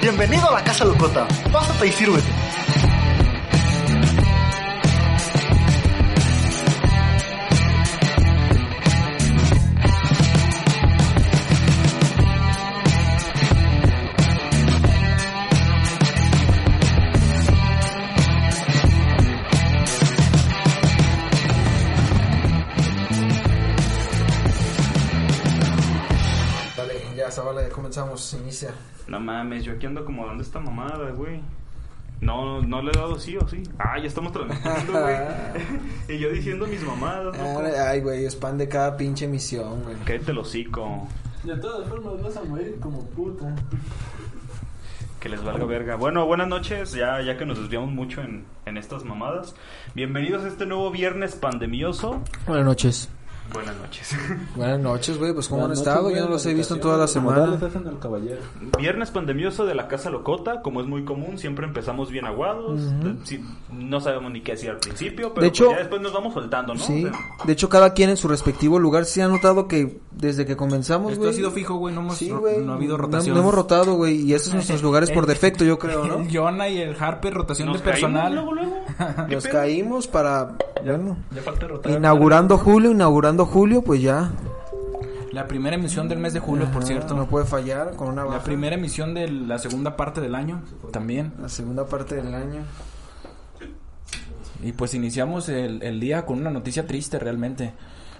Bienvenido a la Casa Locota. Pásate y sírvete. Dale, ya, Zabala, ya comenzamos, inicia. No mames, yo aquí ando como dando esta mamada, güey. No, no le he dado sí o sí. Ah, ya estamos transmitiendo, güey. y yo diciendo mis mamadas, ¿no? Ay, Ah, ay, güey, expande cada pinche misión, güey. Cállate el hocico. De todas formas vas a morir como puta. Que les valga verga. Bueno, buenas noches, ya, ya que nos desviamos mucho en, en estas mamadas. Bienvenidos a este nuevo viernes pandemioso. Buenas noches. Buenas noches. Buenas noches, güey, pues ¿cómo han Buenas estado? noches, Yo no güey, los he visto invitación, en toda la como semana. tal, estás en el caballero. Viernes pandemioso de la Casa Locota, como es muy común, siempre empezamos bien aguados. Sí, no sabemos ni qué decir al principio, pero De pues hecho- ya después nos vamos soltando, ¿no? Sí, O sea, de hecho cada quien en su respectivo lugar sí ha notado que desde que comenzamos, Esto güey, ha sido fijo, güey. No, hemos sí, ro- güey, no ha habido no- rotación. No, hemos rotado, güey, y esos son nuestros lugares por defecto, yo creo, ¿no? El Jonah y el Harper, rotación nos de personal. caímos luego, luego. ¿Qué Nos pedo? caímos para, bueno, Ya falta rotar. inaugurando julio, inaugurando julio, pues ya. La primera emisión del mes de julio, por Ajá, cierto. no puede fallar con una La baja. primera emisión de la segunda parte del año también. La segunda parte del año. Y pues iniciamos el, el día con una noticia triste realmente.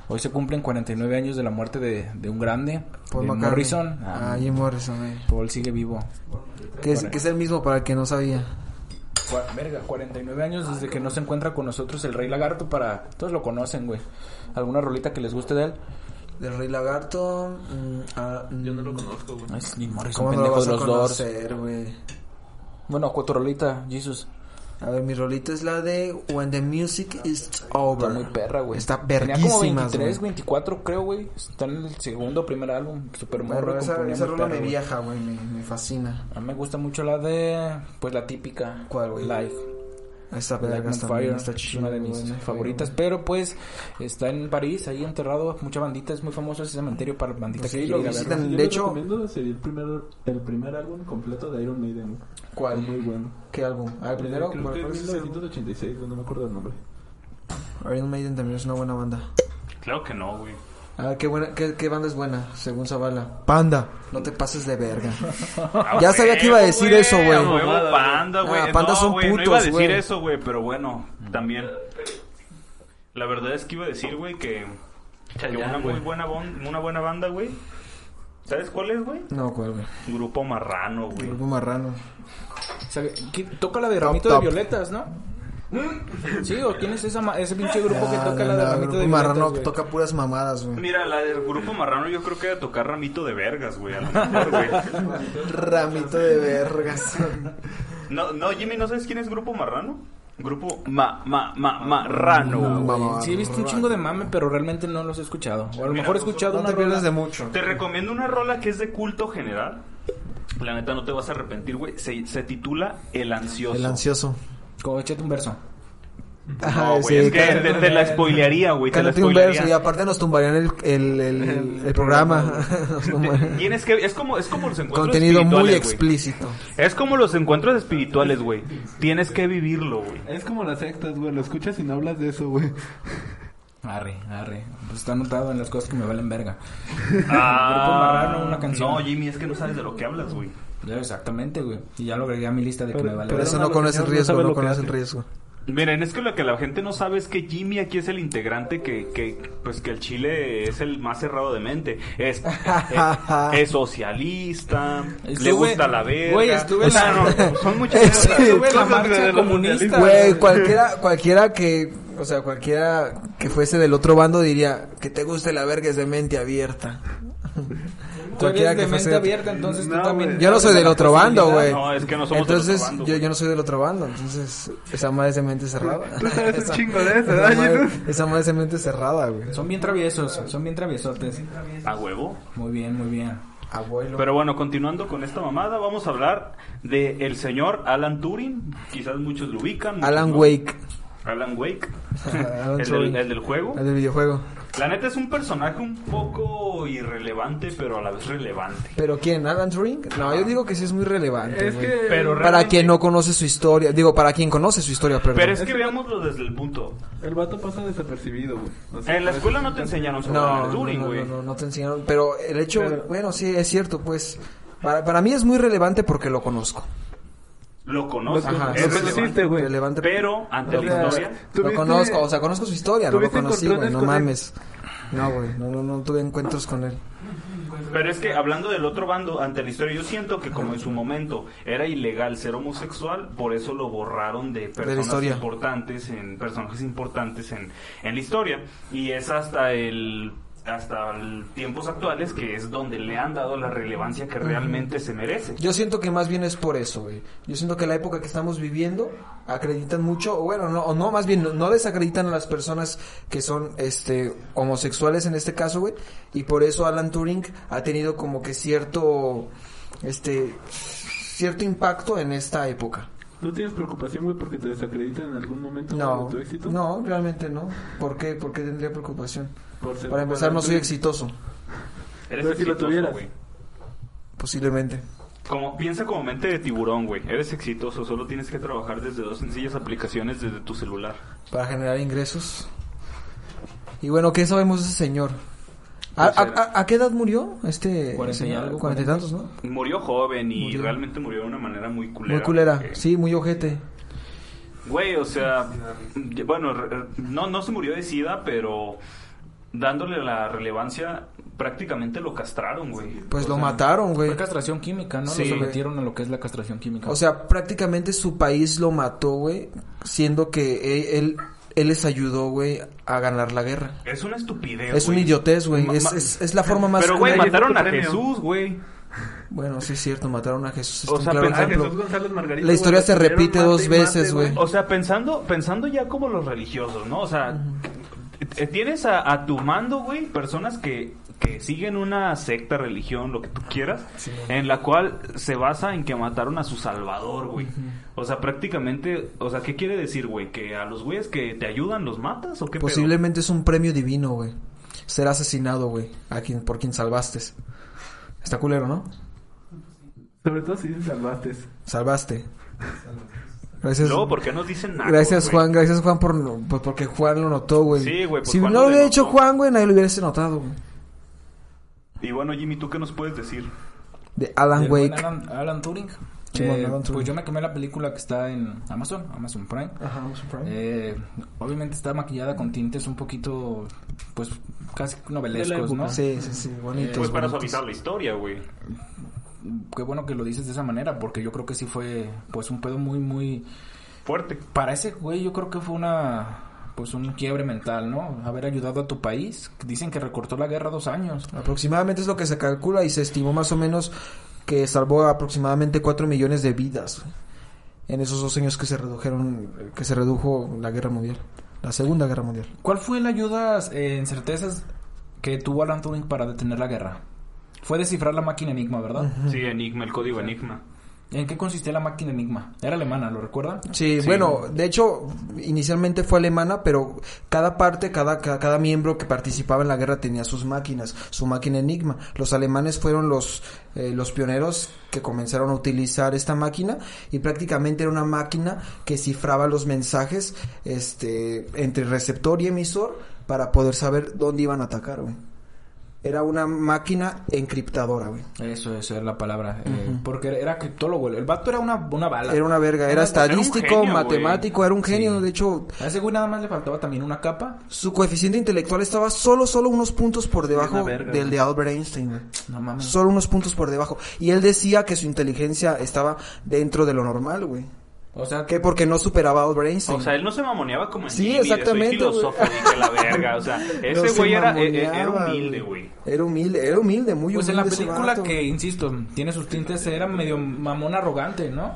Hoy se cumplen 49 años de la muerte de, de un grande, Paul de McCartney. Morrison. Ah, Ah, Jim Morrison, güey. Paul sigue vivo. Que es, que es el mismo para el que no sabía. Cua- Verga, 49 años desde que no se encuentra con nosotros el Rey Lagarto para... Todos lo conocen, güey. ¿Alguna rolita que les guste de él? Del Rey Lagarto. Yo no lo conozco. No, es Jim Morrison, ¿Cómo no lo pendejo vas de a los dos. conocer, güey? Bueno, cuatro rolita, Jesus. A ver, mi rolita es la de When the Music is Over. Está muy perra, güey. Está Tenía como verguísimas, 23, güey. 24, creo, güey. Está en el segundo primer álbum. Super Bueno, esa, esa rola me viaja, güey. Me, me fascina. A mí me gusta mucho la de... Pues la típica. ¿Cuál, güey? Live. Esta Live verga on también Fire. está es chida. una de mis favoritas. Pero, pues, está en París, ahí enterrado. Mucha bandita. Es muy famoso ese cementerio para bandita Sí, que lo quiere ir a verlo. visitan. Yo De les hecho- recomiendo recibir el primer, el primer álbum completo de Iron Maiden. Es muy ¿Cuál? bueno. ¿Qué álbum? Ah, el primero. Creo ¿cuál que fue? es 1986, güey, no me acuerdo el nombre. Iron Maiden también es una buena banda. Claro que no, güey. Ah, qué, buena, qué, qué banda es buena, según Zavala. Panda. No te pases de verga. Ya sabía que iba a decir Huevo, eso, güey. huevo, Panda, güey. Ah, Panda no, son güey, No iba a putos, decir güey. eso, güey, pero bueno, también. La verdad es que iba a decir, güey, que, que una muy buena, bon- una buena banda, güey. ¿Sabes cuál es, güey? No, cuál, güey. Grupo Marrano, güey. Grupo Marrano. ¿Sabe? ¿Qué- Toca la de Ramito Top, de top. Violetas, ¿no? Sí, o quién es esa ma- ese pinche grupo que Ah, no, toca no, la de Ramito Grupo de Violetas. Marrano güey? toca puras mamadas, güey. Mira, la del Grupo Marrano yo creo que era tocar ramito de vergas, güey. A lo mejor, güey. Ramito de vergas. No, no, Jimmy, ¿no sabes quién es Grupo Marrano? Grupo Ma, Ma, Ma, Marrano. No, güey. Mamá. Sí, he visto un chingo de mame, pero realmente no los he escuchado. O a lo Mira, mejor he escuchado No una te pierdes de rola. mucho. Te recomiendo una rola que es de culto general. La neta no te vas a arrepentir, güey. Se, se titula El Ansioso. El ansioso. Como, échate un verso. No, güey, es que te, te la spoilearía, güey. Te la Cántate un verso y spoilearía. aparte nos tumbarían el, el, el, el programa. Nos tumbarían. Tienes que, es como, es como los encuentros pues, Contenido muy espirituales, güey. explícito. Es como los encuentros espirituales, güey. Tienes que vivirlo, güey. Es como las sectas, güey. Lo escuchas y no hablas de eso, güey. Arre, arre. Pues está anotado en las cosas que me valen verga. Ah, Marrano, una canción. No, Jimmy, es que no sabes de lo que hablas, güey. Ya, exactamente, güey. Y ya lo agregué a mi lista de que Pero- me vale Pero Pero eso verga. no, no lo conoce que el no riesgo, sabe no lo que conoce el hace. riesgo. Miren, es que lo que la gente no sabe es que Jimmy aquí es el integrante que, que pues que el Chile es el más cerrado de mente. Es, es, es socialista, le Estuve- gusta la verga. Güey, estuve en la- No, no, son muchas Sí. cosas. Estuve en la marcha comunista. Güey, cualquiera, cualquiera que, o sea, cualquiera que fuese del otro bando diría que te guste la verga es de mente abierta. Tú eres Cualquiera de que mente fuese. abierta, entonces tú No, también... güey. Yo no soy del otro bando, güey. No, es que no somos del entonces, otro bando, yo, güey. yo no soy del otro bando, entonces esa madre es de mente cerrada. Tú sabes un Esa- chingo de eso, esa ¿verdad, madre- Jesus? Esa madre es de mente cerrada, güey. Son bien traviesos, son bien traviesotes. A huevo. Muy bien, muy bien. Abuelo. Pero bueno, continuando con esta mamada, vamos a hablar de el señor Alan Turing. Quizás muchos lo ubican. muchos Alan no. Wake. Alan Wake. Alan el, del, Turing. el del juego. El del videojuego. La neta es un personaje un poco irrelevante, pero a la vez relevante. ¿Pero quién? ¿Alan Turing? No, yo digo que sí es muy relevante. Es güey. que- Pero Para realmente- quien no conoce su historia. Digo, para quien conoce su historia, perdón. Pero es que veámoslo desde el punto. El vato pasa desapercibido, güey. O sea, En la por escuela eso- no te enseñaron sobre No, Alan no, Turing, no, güey. no, no, no te enseñaron. Pero el hecho, Pero- bueno, sí, es cierto, pues. Para, para mí es muy relevante porque lo conozco. Lo conoces. Ajá, es lo relevante. conociste, güey. Relevante. Pero ante la Lo- historia, Lo ¿Tuviste- conozco, o sea, conozco su historia, no lo ¿Tuviste conocí, güey, encontrones no con él? mames. No, güey, no, no, no tuve encuentros con él. Pues, Pero es que hablando del otro bando, ante la historia, yo siento que como en su momento era ilegal ser homosexual, por eso lo borraron de personas historia. importantes, en personajes importantes en, en la historia. Y es hasta el hasta el tiempos actuales que es donde le han dado la relevancia que realmente se merece. Yo siento que más bien es por eso, güey. Yo siento que la época que estamos viviendo acreditan mucho, o bueno, no, o no, más bien no, no desacreditan a las personas que son este homosexuales en este caso, güey, y por eso Alan Turing ha tenido como que cierto este cierto impacto en esta época. ¿No tienes preocupación, güey, porque te desacreditan en algún momento No, de tu éxito? no, realmente no. ¿por qué? ¿Por qué tendría preocupación? Por ser- Para empezar, no soy tú- exitoso, Eres Pero si lo exitoso, tuvieras. pues, güey. posiblemente. Como, piensa como mente de tiburón, güey. Eres exitoso, solo tienes que trabajar desde dos sencillas aplicaciones desde tu celular. para generar ingresos. Y bueno, ¿qué sabemos de ese señor? ¿A, Pues era- a- a- a qué edad murió este Cuarenta y señor? algo, Cuarenta y tantos, ¿no? Murió joven y Murió. realmente murió de una manera muy culera. muy culera, Eh, sí, muy ojete. Güey, o sea, mm, bueno, re- re- no, no se murió de sida, pero dándole la relevancia, prácticamente lo castraron, güey. Pues O lo sea, mataron, güey. Fue castración química, ¿no? Sí, lo güey. sometieron a lo que es la castración química. O sea, prácticamente su país lo mató, güey, siendo que e- él, él, les ayudó, güey, a ganar la guerra. Es una estupidez, Es un güey. idiotez, güey. Ma- Es, ma- es- es la forma más... Pero, güey, Ahí está mataron tu a premio. Jesús, güey. Bueno, sí es cierto, mataron a Jesús. es O un sea, claro pe- a ejemplo. Jesús González Margarito, La historia güey, se lo tuvieron repite mate y dos mate, veces, güey. O sea, pensando, pensando ya como los religiosos, ¿no? O sea, eh, tienes a, a tu mando, güey, personas que, que siguen una secta, religión, lo que tú quieras, en la cual se basa en que mataron a su salvador, güey. O sea, prácticamente, o sea, ¿qué quiere decir, güey? ¿Que a los güeyes que te ayudan los matas o qué pedo? Posiblemente es un premio divino, güey. Ser asesinado, güey. A quien, por quien salvaste. Está culero, ¿no? Sobre todo si dices salvaste. Salvaste. Gracias. Luego, ¿por qué nos dicen nada? Gracias Juan, gracias Juan por, por- porque Juan lo notó, güey. Sí, güey, pues si Juan no lo lo hubiera denotó. hecho Juan, güey, nadie lo hubiese notado, güey. Y bueno, Jimmy, ¿tú qué nos puedes decir? De Alan Del buen Wake. Alan, Alan Turing. Simón, Eh, Alan Turing. Pues yo me quemé la película que está en Amazon, Amazon Prime. Ajá, no surprise. Eh, obviamente está maquillada con tintes un poquito, pues casi De la novelescos, época. ¿no? Sí, sí, sí, bonitos. Pues para bonitos. suavizar la historia, güey. Qué bueno que lo dices de esa manera, porque yo creo que sí fue, pues un pedo muy, muy... Fuerte. Para ese güey yo creo que fue una, pues un quiebre mental, ¿no? Haber ayudado a tu país. Dicen que recortó la guerra dos años. Aproximadamente es lo que se calcula y se estimó más o menos que salvó aproximadamente 4 millones de vidas güey, en esos dos años que se redujeron, que se redujo la guerra mundial, la segunda guerra mundial. ¿Cuál fue la ayuda eh, en certezas que tuvo Alan Turing para detener la guerra? Fue descifrar la máquina Enigma, ¿verdad? Sí, Enigma, el código Enigma. ¿En qué consistía la máquina Enigma? Era alemana, ¿lo recuerdan? Sí, bueno, de hecho, inicialmente fue alemana, pero cada parte, cada, ca- cada, miembro que participaba en la guerra tenía sus máquinas, su máquina Enigma. Los alemanes fueron los, eh, los pioneros que comenzaron a utilizar esta máquina y prácticamente era una máquina que cifraba los mensajes este, entre receptor y emisor para poder saber dónde iban a atacar, güey. Era una máquina encriptadora, güey. Eso, esa es la palabra. eh, porque era criptólogo. El- El vato era una, una bala. Era una verga, era Era- era un estadístico, genio, güey. matemático, era un genio. De hecho, A ese güey nada más le faltaba también una capa. Su coeficiente intelectual estaba solo, solo unos puntos por debajo Una verga, del güey. de Albert Einstein. güey. No mames. Solo unos puntos por debajo. Y él decía que su inteligencia estaba dentro de lo normal, güey. o sea, Que porque no superaba a Albert Einstein. O sea, él no se mamoneaba como en Sí, Jimmy, de soy exactamente, güey. filósofo y que la verga, o sea, No ese se güey era, e- e- mamoneaba, era humilde, güey. Era humilde, era humilde, muy humilde. pues en la ese película vato. que, insisto, tiene sus tintes, era medio mamón arrogante, ¿no?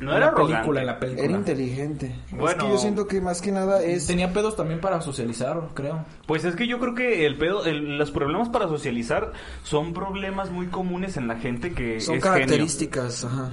No En era la película, arrogante. en la película. Era inteligente. Es Bueno. que yo siento que más que nada es... Tenía pedos también para socializar, creo. Pues es que yo creo que el pedo, el- los problemas para socializar son problemas muy comunes en la gente que Son es características, ajá.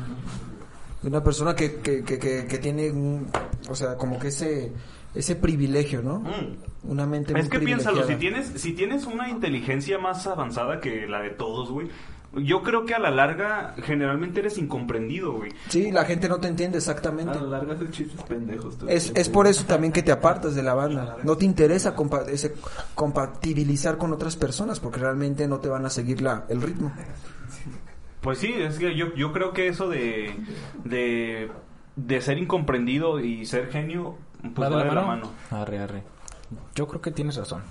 De una persona que, que, que, que, que tiene, un- o sea, como que ese, ese privilegio, ¿no? Mm. Una mente muy Es que piénsalo, si privilegiada. tienes, si tienes una inteligencia más avanzada que la de todos, güey, yo creo que a la larga generalmente eres incomprendido, güey. Sí, la gente no te entiende A exactamente. Ah, la larga haces chistes pendejos. todo el Es, tiempo. es por eso también que te apartas de la banda. No te interesa compa- ese- compatibilizar con otras personas porque realmente no te van a seguir la, el ritmo. Pues sí, es que yo, yo creo que eso de, de, de ser incomprendido y ser genio, pues va de la mano. Arre, arre. Yo creo que tienes razón.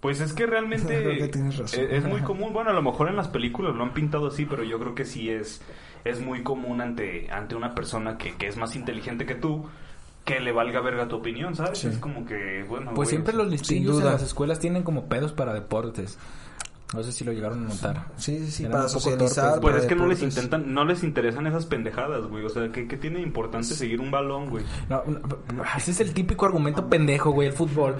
Pues es que Creo realmente que tienes es, razón. es muy común. Bueno, a lo mejor en las películas lo han pintado así, pero yo creo que sí es, es muy común ante, ante una persona que, que es más inteligente que tú que le valga verga tu opinión, ¿sabes? Sí. Es como que, bueno. güey, Pues siempre los listillos en duda. las escuelas tienen como pedos para deportes. No sé si lo llegaron a notar. Sí, sí, sí, Eran para un poco socializar, torpes, güey. Pues es que no les deportes. intentan, no les interesan esas pendejadas, güey. O sea, ¿qué, qué tiene de importante seguir un balón, güey? No, no, ese es el típico argumento pendejo, güey, el fútbol.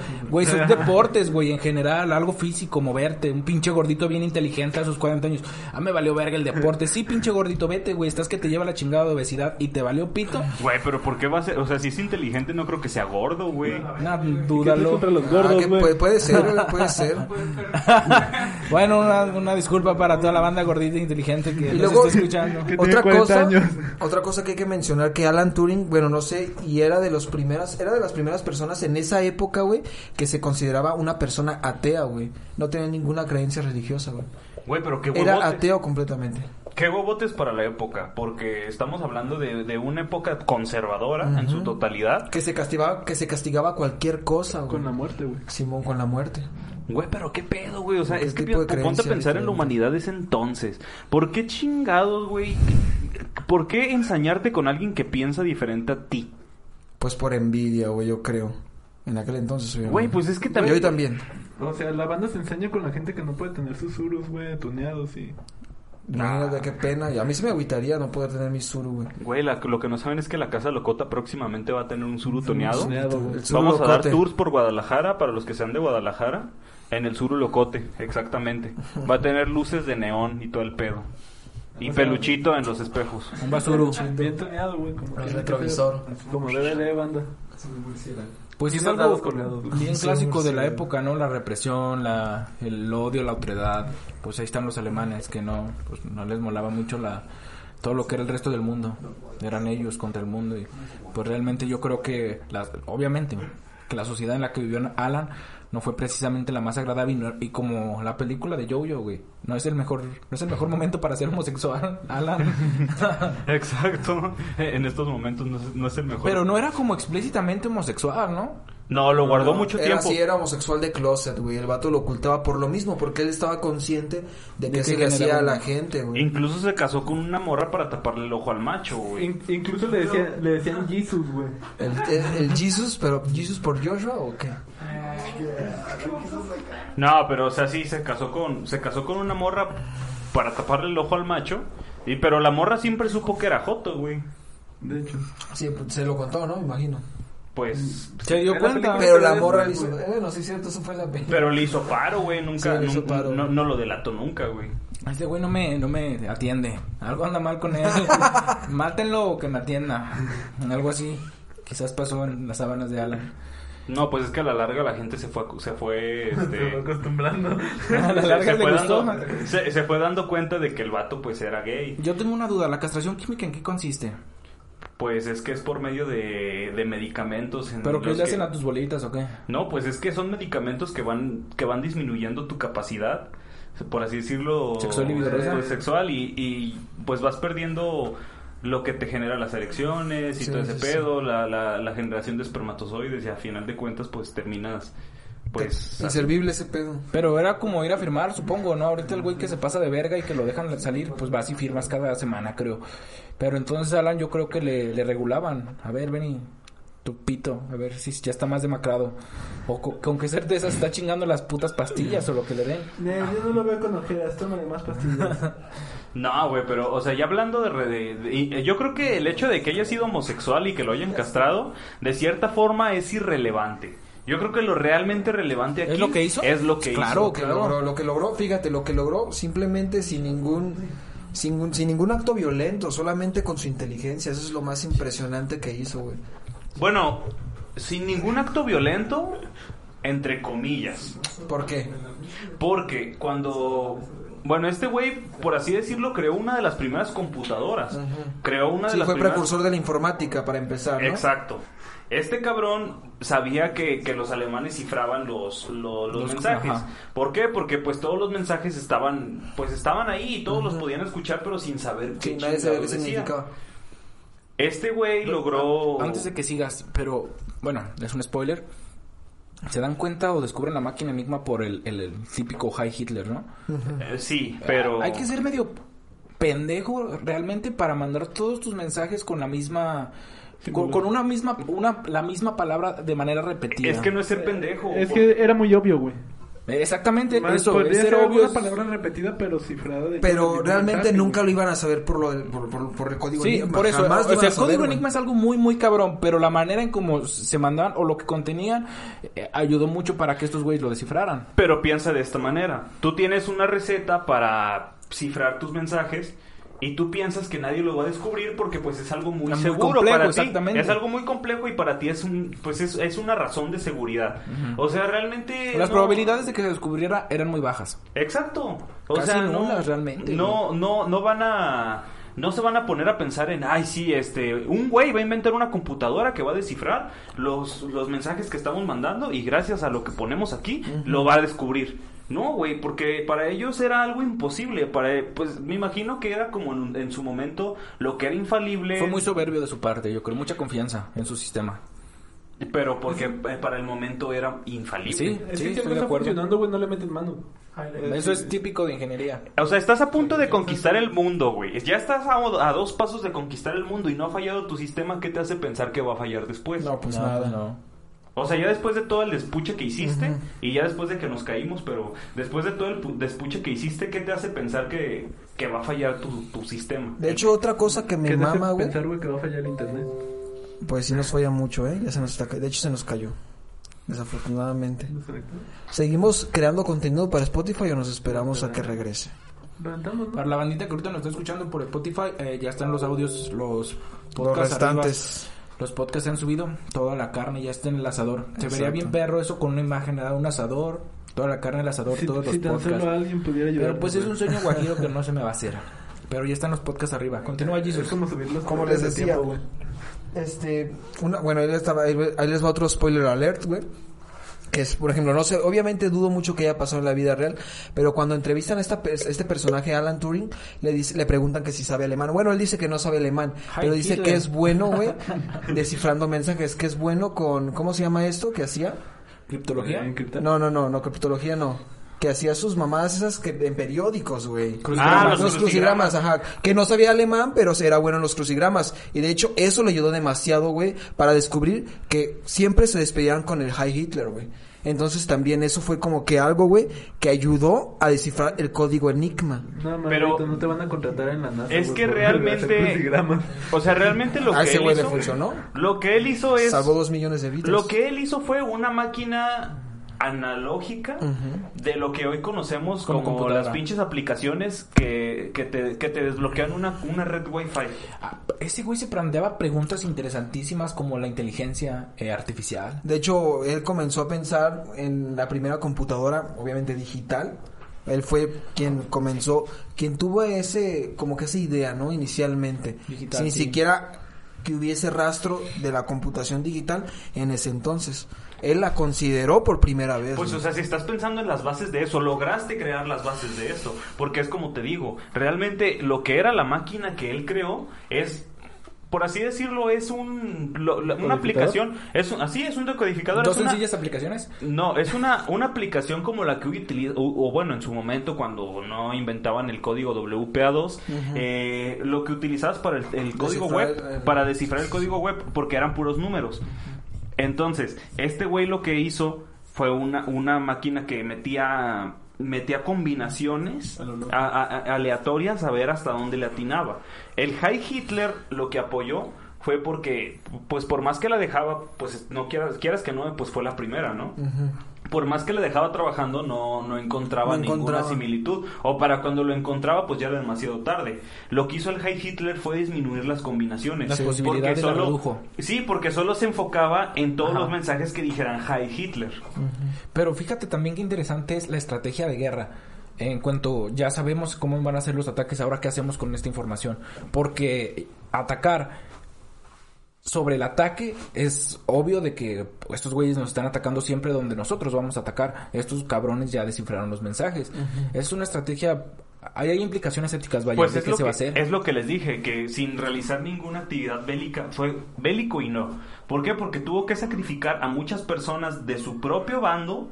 Güey, son deportes, güey, en general, algo físico, moverte. Un pinche gordito bien inteligente a sus 40 años. Ah, me valió verga el deporte. Sí, pinche gordito, vete, güey, estás que te lleva la chingada de obesidad y te valió pito. Güey, pero ¿por qué va a ser? O sea, si es inteligente, no creo que sea gordo, güey. Nah, ¿Qué tienes dúdalo. contra los Ah, que gordos, güey? puede, puede ser, eh, puede ser. Bueno, una, una disculpa para toda la banda gordita e inteligente que Y nos luego- está escuchando. Que tiene Otra 40 cosa, años. otra cosa que hay que mencionar que Alan Turing, bueno, no sé, y era de los primeras, era de las primeras personas en esa época, güey, que se consideraba una persona atea, güey. No tenía ninguna creencia religiosa, güey. Güey, pero qué Era huevote. ateo completamente. Qué bobotes para la época, porque estamos hablando de, de una época conservadora en su totalidad. Que se castigaba, que se castigaba cualquier cosa, güey. Con la muerte, güey. Simón con la muerte. Güey, pero qué pedo, güey. O sea, ¿Qué es que tipo de pi- ponte creencia a pensar en diferente? la humanidad de ese entonces. ¿Por qué chingados, güey? ¿Por qué ensañarte con alguien que piensa diferente a ti? Pues por envidia, güey, yo creo. En aquel entonces, obviamente. Güey, pues es que Y hoy también. también. O sea, la banda se enseña con la gente que no puede tener susurros, güey, tuneados y... Imagínate qué pena. Y a mí se me agüitaría no poder tener mi suru, güey. Güey, la- lo que no saben es que la Casa Locota próximamente va a tener un surutoneado. Tuneado, güey. El suru Vamos a dar locote. tours por Guadalajara para los que sean de Guadalajara. En el Suru Locote, exactamente. Va a tener luces de neón y todo el pedo. Y peluchito en los espejos. Un basuru. Ah, Bien tuneado, güey. como El que- retrovisor. Como DVD, banda. Pues sí, es Soldados algo colgados, güey. bien Sí, clásico de sí. la época, ¿no? La represión, la, el odio, la otredad. Pues ahí están los alemanes que no, pues no les molaba mucho la, todo lo que era el resto del mundo. Eran ellos contra el mundo y pues realmente yo creo que, la- obviamente, que la sociedad en la que vivió Alan no fue precisamente la más agradable y, no- y como la película de Jojo, güey, no es el mejor, no es el mejor momento para ser homosexual, Alan. Exacto. En estos momentos no es, no es el mejor. Pero no era como explícitamente homosexual, ¿no? No, lo guardó No, mucho era tiempo. así, era homosexual de closet, güey. El vato lo ocultaba por lo mismo, porque él estaba consciente de que que se le hacía generaba a la un- gente, güey. Incluso se casó con una morra para taparle el ojo al macho, güey. In- incluso le, decía, le decían Jesus, güey. El, el, el Jesus, pero Jesus por Joshua o qué? No, pero o sea, sí se casó con se casó con una morra para taparle el ojo al macho. Y pero la morra siempre supo que era joto, güey. De hecho. Sí, pues, se lo contó, ¿no? Me Imagino. Pues Se dio Era cuenta. película. Pero la morra le hizo. eh, bueno, sí, es cierto, eso fue la pena. pero le hizo paro, güey, Sí, nunca le hizo nun- paro, no, güey. no lo delató nunca, güey. Este güey no me, no me atiende. Algo anda mal con él. Mátenlo o que me atienda. Algo así. Quizás pasó en las sábanas de Alan. No, pues es que a la larga la gente se fue acu- se fue Se fue este acostumbrando. A la se- larga se le fue gustó. dando- se- se fue dando cuenta de que el vato pues era gay. Yo tengo una duda. ¿La castración química en qué consiste? Pues es que es por medio de, de medicamentos. en ¿Pero qué los le Mm, que- hacen a tus bolitas o qué? No, pues es que son medicamentos que van, que van disminuyendo tu capacidad, por así decirlo, Sexual y vigorosa. pues, sexual y, y, pues vas perdiendo lo que te genera las erecciones y Sí, todo ese sí, pedo, la, la, la generación de espermatozoides y a final de cuentas pues terminas pues... Inservible ese pedo. Pero era como ir a firmar, supongo, ¿no? Ahorita el güey que se pasa de verga y que lo dejan salir, pues vas y firmas cada semana, creo. Pero entonces Alan yo creo que le, le regulaban. A ver, vení, tu pito, a ver si ya está más demacrado. O co- con, qué certeza se está chingando las putas pastillas o lo que le den. Ne, yo no lo veo con ojeras, tómale más pastillas. No, güey, pero o sea, ya hablando de, re- de- de- y- eh, Yo creo que el hecho de que haya sido homosexual y que lo hayan castrado, de cierta forma es irrelevante. Yo creo que lo realmente relevante ¿Es aquí lo que hizo? es lo que Claro, hizo. Lo que claro. logró, lo que logró, fíjate, lo que logró simplemente sin ningún. Sin, un- sin ningún acto violento, solamente con su inteligencia. Eso es lo más impresionante que hizo, güey. Bueno, sin ningún acto violento, entre comillas. ¿Por qué? Porque cuando... Bueno, este güey, por así decirlo, creó una de las primeras computadoras. Creó una de Sí, las fue primeras... precursor de la informática para empezar, ¿no? Exacto. Este cabrón sabía que, que los alemanes cifraban los, lo- los Los- mensajes. ajá. ¿Por qué? Porque pues todos los mensajes estaban pues estaban ahí y todos los podían escuchar pero sin saber qué Sí, nadie sabía qué chingados decía. significaba. Este güey logró Antes de que sigas, pero bueno, es un spoiler. Se dan cuenta o descubren la máquina Enigma por el, el- el típico High Hitler, ¿no? Eh, sí, pero Hay que ser medio pendejo realmente para mandar todos tus mensajes con la misma con, con una misma una la misma palabra de manera repetida. es que no es ser pendejo. Es que era muy obvio, güey. exactamente Más, eso, podría es ser ser obvio. una palabra repetida, pero cifrada. de- Pero de- realmente mensaje, nunca güey. lo iban a saber por, lo del- por, por- por el código Sí, Enigma. por eso, Jamás o lo iban sea, a el saber, código güey. Enigma es algo muy muy cabrón, pero la manera en cómo se mandaban o lo que contenían eh, ayudó mucho para que estos güeyes lo descifraran. Pero piensa de esta manera. Tú tienes una receta para cifrar tus mensajes y tú piensas que nadie lo va a descubrir porque pues es algo muy Es muy seguro complejo, para ti. exactamente. Es algo muy complejo y para ti es un pues es, es una razón de seguridad. O sea, realmente Las no- probabilidades de que se descubriera eran muy bajas. Exacto. O Casi sea, no, nulas, realmente, No, no, no van a. No se van a poner a pensar en, ay, sí, este, un güey va a inventar una computadora que va a descifrar los, los mensajes que estamos mandando y gracias a lo que ponemos aquí lo va a descubrir. No, güey, porque para ellos era algo imposible. Para, pues me imagino que era como en, en su momento lo que era infalible. Fue muy soberbio de su parte, yo creo, mucha confianza en su sistema. Pero porque eh, para el momento era infalible. Sí, Es que si sí, algo estoy de está acuerdo. funcionando, güey, no le meten mano. Eh, Eso es típico de ingeniería. O sea, estás a punto de conquistar el mundo, güey. Ya estás a, a dos pasos de conquistar el mundo y no ha fallado tu sistema. ¿Qué te hace pensar que va a fallar después? No, pues No, nada. pues no. O sea, ya después de todo el despuche que hiciste y ya después de que nos caímos, pero después de todo el pu- despuche que hiciste, ¿qué te hace pensar que, que va a fallar tu, tu sistema? De hecho, otra cosa que Que me te hace mama, güey. pensar, güey, que va a fallar el internet. Pues sí nos falla mucho, ¿eh? Ya se nos está ca- De hecho, se nos cayó. Desafortunadamente. ¿Seguimos creando contenido para Spotify o nos esperamos a que regrese? Levantamos, ¿no? Para la bandita que ahorita nos está escuchando por Spotify, eh, ya están los audios, Los los podcasts arriba, restantes. los podcasts se han subido, toda la carne ya está en el asador. Se vería Exacto. bien perro eso con una imagen, nada, un asador, toda la carne en el asador, Si, todos los si tan solo eh, podcasts. alguien pudiera ayudar. Pero pues es un sueño guajiro que no se me va a hacer. Pero ya están los podcasts arriba. Continúa, Es Jesus. como subirlos. Como les decía, güey. Este, una, bueno, ahí les, estaba- ahí ve- ahí les va otro spoiler alert, güey. Que es, por ejemplo, no sé, obviamente dudo mucho que haya pasado en la vida real, pero cuando entrevistan a esta, per- este personaje, Alan Turing, le, dice, le preguntan que si sabe alemán. Bueno, él dice que no sabe alemán, Hi, pero dice Hitler. que es bueno, güey, descifrando mensajes, que es bueno con, ¿cómo se llama esto que hacía? Criptología. eh, No, no, no, no, criptología no. Que hacía sus mamás esas que en periódicos, güey. Crucigramas. Ah, Los, crucigramas, ajá. Que no sabía alemán, pero era bueno en los crucigramas. Y de hecho, eso le ayudó demasiado, güey, para descubrir que siempre se despedían con el High Hitler, güey. Entonces también eso fue como que algo, güey, que ayudó a descifrar el código Enigma. No, Pero- pero no te van a contratar en la NASA. Es güey, que por- hacer realmente. crucigramas. O sea, realmente lo A que ese él güey le hizo- funcionó. Lo que él hizo es. Salvó dos millones de vidas. Lo que él hizo fue una máquina analógica de lo que hoy conocemos Como como, computadora. las pinches aplicaciones que, que, te, que te desbloquean una, una red wifi. Ah, Ese güey se planteaba preguntas interesantísimas como la inteligencia eh, artificial. De hecho, él comenzó a pensar en la primera computadora, obviamente digital. Él fue quien comenzó, quien tuvo ese, como que esa idea, ¿no? Inicialmente. Digital, Sin sí. siquiera que hubiese rastro de la computación digital en ese entonces. Él la consideró por primera vez. Pues, ¿no? o sea, si estás pensando en las bases de eso, lograste crear las bases de eso. Porque es como te digo, realmente lo que era la máquina que él creó es. Por así decirlo, es un, lo- la- una ¿Decodificador? aplicación, es un- así es un decodificador. Dos es una- sencillas aplicaciones. No, es una, una aplicación como la que utiliza, o, o bueno, en su momento cuando no inventaban el código WPA2, eh, lo que utilizabas para el, el código Descifrar eh, web, el- el- para descifrar el código web, porque eran puros números. Entonces, este güey lo que hizo fue una, una máquina que metía metía combinaciones Al olor. a- a- a- aleatorias a ver hasta dónde le atinaba. El High Hitler lo que apoyó fue porque, pues por más que la dejaba, pues no quieras, quieras que no, pues fue la primera, ¿no? Ujú. por más que le dejaba trabajando, no, no encontraba No ninguna encontraba. similitud. O para cuando lo encontraba, pues ya era demasiado tarde. Lo que hizo el High Hitler fue disminuir las combinaciones. Las Sí. posibilidades Porque las solo- redujo. Sí, porque solo se enfocaba en todos Ajá. los mensajes que dijeran High Hitler. Pero fíjate también que interesante es la estrategia de guerra. En cuanto ya sabemos cómo van a ser los ataques, ahora qué hacemos con esta información. Porque atacar sobre el ataque es obvio de que estos güeyes nos están atacando siempre donde nosotros vamos a atacar. Estos cabrones ya descifraron los mensajes. Es una estrategia... Hay, hay implicaciones éticas, vaya, Pues de es, qué lo se que, va a hacer. es lo que les dije, que sin realizar ninguna actividad bélica, fue bélico y no. ¿Por qué? Porque tuvo que sacrificar a muchas personas de su propio bando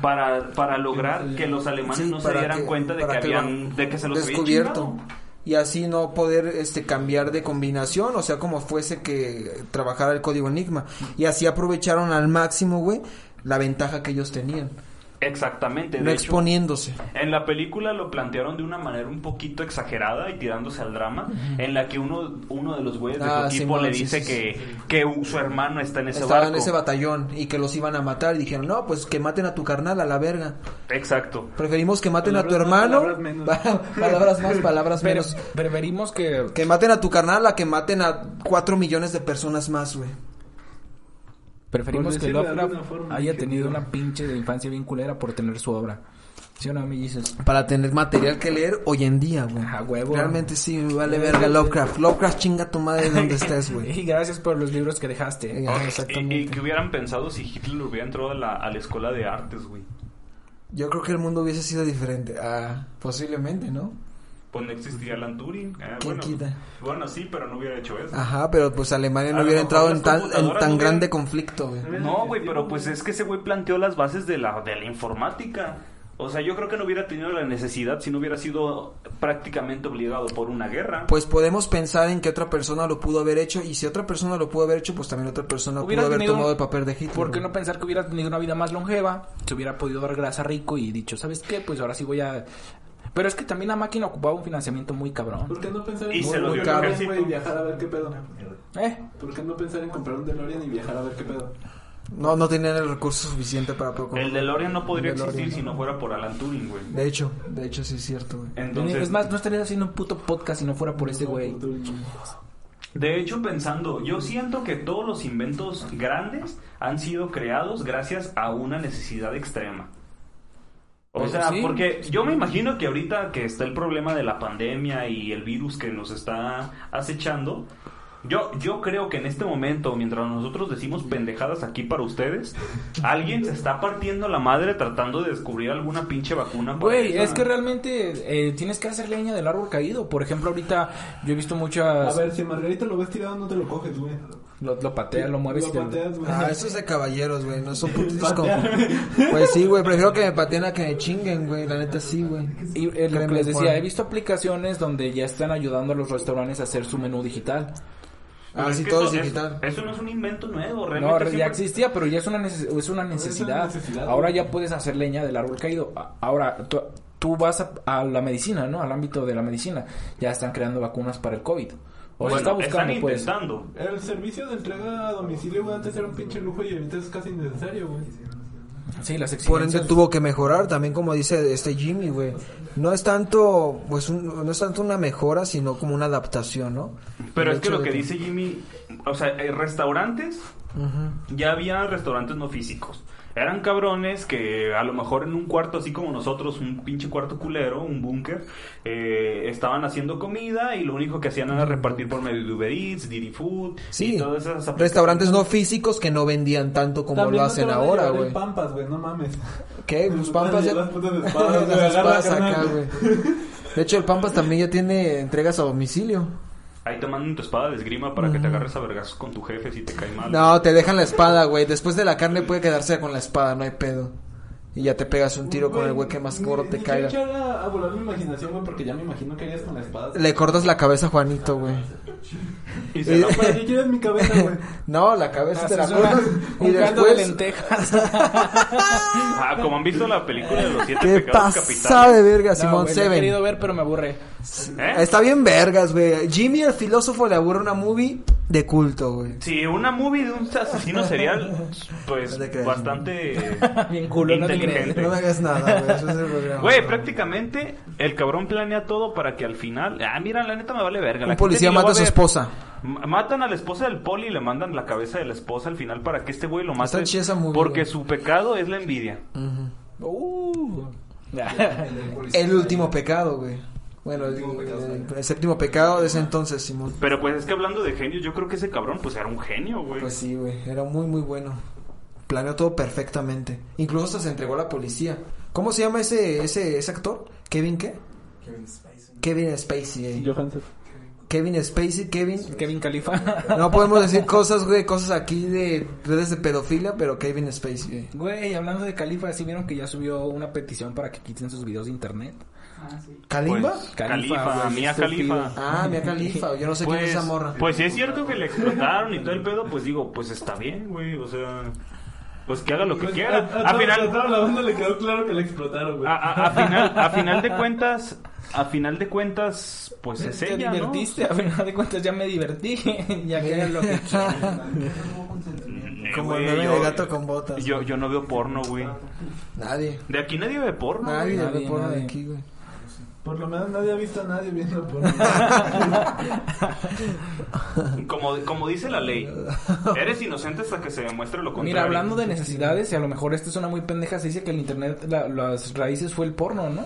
para, para lograr que los alemanes Sí, no se para dieran que- cuenta de que, para lo habían, han de que se los habían descubierto chingado. y así no poder este cambiar de combinación, o sea, como fuese que trabajara el código Enigma y así aprovecharon al máximo, güey, la ventaja que ellos tenían, Exactamente. no de hecho, exponiéndose. En la película lo plantearon de una manera un poquito exagerada y tirándose al drama, en la que uno, uno de los güeyes de Ah, su equipo Simón, le sí, dice sí, que, que u- su hermano está en ese Estaban barco. en ese batallón y que los iban a matar y dijeron, "No, pues que maten a tu carnal a la verga. Exacto. Preferimos que maten a tu Palabras más, hermano." palabras menos. palabras más, palabras Pero menos. preferimos que... Que maten a tu carnal a que maten a cuatro millones de personas más, güey. Preferimos Por que decirlo de Lovecraft alguna forma, haya ingeniero. tenido una pinche de infancia bien culera por tener su obra. ¿Sí o no, me dices? Para tener material que leer hoy en día, güey. Ajá, huevo. Realmente sí, me vale verga Lovecraft. Lovecraft chinga tu madre donde estés, güey. Y gracias por los libros que dejaste. Ajá, Y, y que Exactamente. hubieran pensado si Hitler hubiera entrado a la, a la escuela de artes, güey. Yo creo que el mundo hubiese sido diferente. Ah, posiblemente, ¿no? Pues no existiría Alan Turing. Eh, ¿Quién bueno, quita? bueno, sí, pero no hubiera hecho eso. Ajá, pero pues Alemania A no lo hubiera entrado mejor las en tan, en computadoras tan no grande hubieran- conflicto, güey. No, güey, pero pues es que ese güey planteó las bases de la, de la informática. O sea, yo creo que no hubiera tenido la necesidad si no hubiera sido prácticamente obligado por una guerra. Pues podemos pensar en que otra persona lo pudo haber hecho y si otra persona lo pudo haber hecho, pues también otra persona Hubiera pudo haber tenido- tomado el papel de Hitler. ¿Por qué güey. no pensar que hubiera tenido una vida más longeva? Se hubiera podido dar grasa rico y dicho, ¿sabes qué? Pues ahora sí voy a... Pero es que también la máquina ocupaba un financiamiento muy cabrón. ¿Por qué no pensar en Y se lo dio el comprar un ejército. güey y viajar a ver qué pedo? ¿Eh? ¿Por qué no pensar en comprar un DeLorean y viajar a ver qué pedo? No, no tenían el recurso suficiente para procurar. El DeLorean no podría El DeLorean. existir si no fuera por Alan Turing, güey. De hecho, de hecho sí es cierto, güey. Entonces, es más, no estarías haciendo un puto podcast si no fuera por ese güey. de hecho, pensando, yo siento que todos los inventos grandes han sido creados gracias a una necesidad extrema. O Pues sea, sí. porque yo me imagino que ahorita que está el problema de la pandemia y el virus que nos está acechando, yo, yo creo que en este momento, mientras nosotros decimos pendejadas aquí para ustedes, alguien se está partiendo la madre tratando de descubrir alguna pinche vacuna. para Güey, esa- es que realmente eh, tienes que hacer leña del árbol caído. Por ejemplo, ahorita yo he visto A muchas... ver, si Margarita lo ves tirado, no te lo coges, güey. Lo, lo pateas, lo este, mueves y te- Lo pateas, güey. Ah, eso es de caballeros, güey. No son putitos como. Patearme. Pues sí, güey. Prefiero que me pateen a que me chinguen, güey. La neta sí, güey. Y eh, lo que Créeme, les decía, Juan. he visto aplicaciones donde ya están ayudando a los restaurantes a hacer su menú digital. Pero Ah, Pues es sí, que todo es eso- digital. Eso, eso no es un invento nuevo, realmente. No, ya siempre- existía, pero ya es una, neces- es una necesidad. necesidad, Ahora güey. ya puedes hacer leña del árbol caído. A- Ahora, tú, tú vas a, a la medicina, ¿no? Al ámbito de la medicina. Ya están creando vacunas para el COVID. O Bueno, se está buscando, están pues. intentando. El servicio de entrega a domicilio, güey, antes era un pinche lujo y ahorita es casi innecesario, güey. Sí, Por ende las exigencias. tuvo que mejorar, también como dice este Jimmy, güey. No es tanto, pues, un- no es tanto una mejora, sino como una adaptación, ¿no? Pero El es que hecho lo de que dice Jimmy, o sea, eh, restaurantes, Ujú. ya había restaurantes no físicos. Eran cabrones que a lo mejor en un cuarto así como nosotros, un pinche cuarto culero, un búnker, eh, estaban haciendo comida y lo único que hacían era repartir por medio de Uber Eats, Didi Food Mm. Sí, y todas esas aplicaciones. restaurantes no físicos que no vendían tanto como También lo no te hacen van a ahora, llevar en güey. Pampas, güey, no mames. ¿Qué? Los pampas ya... Las putas espadas, Las güey, agarra espadas carnal. acá, güey. De hecho, el Pampas también ya tiene entregas a domicilio. Ahí te mandan tu espada de esgrima para que te agarres a vergas con tu jefe si te cae mal. Mm. No, te dejan la espada, güey. Después de la carne puede quedarse con la espada, no hay pedo. Y ya te pegas un tiro con el güey que más gordo Ni- te ni caiga. quiero echar a, a volar mi imaginación, güey, porque ya me imagino que harías con la espada. Le cortas la cabeza a Juanito, güey. Y se la- ¿Para qué quieres mi cabeza, güey? No, la cabeza te la Haces una- cortas y un caldo de después... lentejas. Ah, como han visto la película de los siete ¿Qué pecados pasa capitales. de verga, No, Simón güey, lo he Seven? querido ver, pero me aburre. ¿Eh? Está bien vergas, güey. Jimmy, el filósofo, le aburre una movie de culto, güey. Sí, una movie de un asesino serial, pues No te creas, bastante Bien culo, no te inteligente. No me hagas nada, güey. Eso es el programa. Güey, prácticamente el cabrón planea todo para que al final. Ah, mira, la neta me vale verga. la Un gente policía ni lo va mata a su ver. esposa. M- Matan a la esposa del poli y le mandan la cabeza de la esposa al final para que este güey lo mate. Está chida esa movie, porque güey. su pecado es la envidia. Uh. El último pecado, güey. Bueno, el, el- el séptimo pecado de ese entonces, Simón. Pero pues es que hablando de genios, yo creo que ese cabrón pues era un genio, güey. Pues sí, güey. Era muy, muy bueno. Planeó todo perfectamente. Incluso hasta se entregó a la policía. ¿Cómo se llama ese, ese, ese actor? ¿Kevin qué? Kevin Spacey. eh. Johansson. Kevin Spacey, Kevin... Kevin Califa. No podemos decir cosas, güey, cosas aquí de redes de pedofilia, pero Kevin Spacey, güey. Güey, hablando de Califa, ¿sí vieron que ya subió una petición para que quiten sus videos de internet? ¿Kalimba? Pues, Khalifa, Khalifa, güey, Mia estúpido. Khalifa. Ah, Mia Khalifa. Yo no sé quién es esa morra. Pues si es cierto que le explotaron y todo el pedo, pues digo, pues está bien, güey, o sea, pues que haga lo que quiera. A, Al final. A final, Ah, toda la banda le quedó claro que la explotaron, güey. a, a- a final, a final de cuentas, a final de cuentas, pues es Te ella, ¿no? divertiste, a final de cuentas ya me divertí. ya que hagan lo que quieran. Eh, Como güey, el meme yo- de gato con botas. Yo, yo no veo porno, güey. Nadie. De aquí nadie ve porno. Nadie, güey. Nadie, ve porno de nadie. aquí, güey. Por lo menos nadie ha visto a nadie viendo por. Como, como dice la ley, eres inocente hasta que se demuestre lo contrario. Mira, hablando de necesidades, y a lo mejor esto suena muy pendeja, se dice que el internet, la- las raíces fue el porno, ¿no?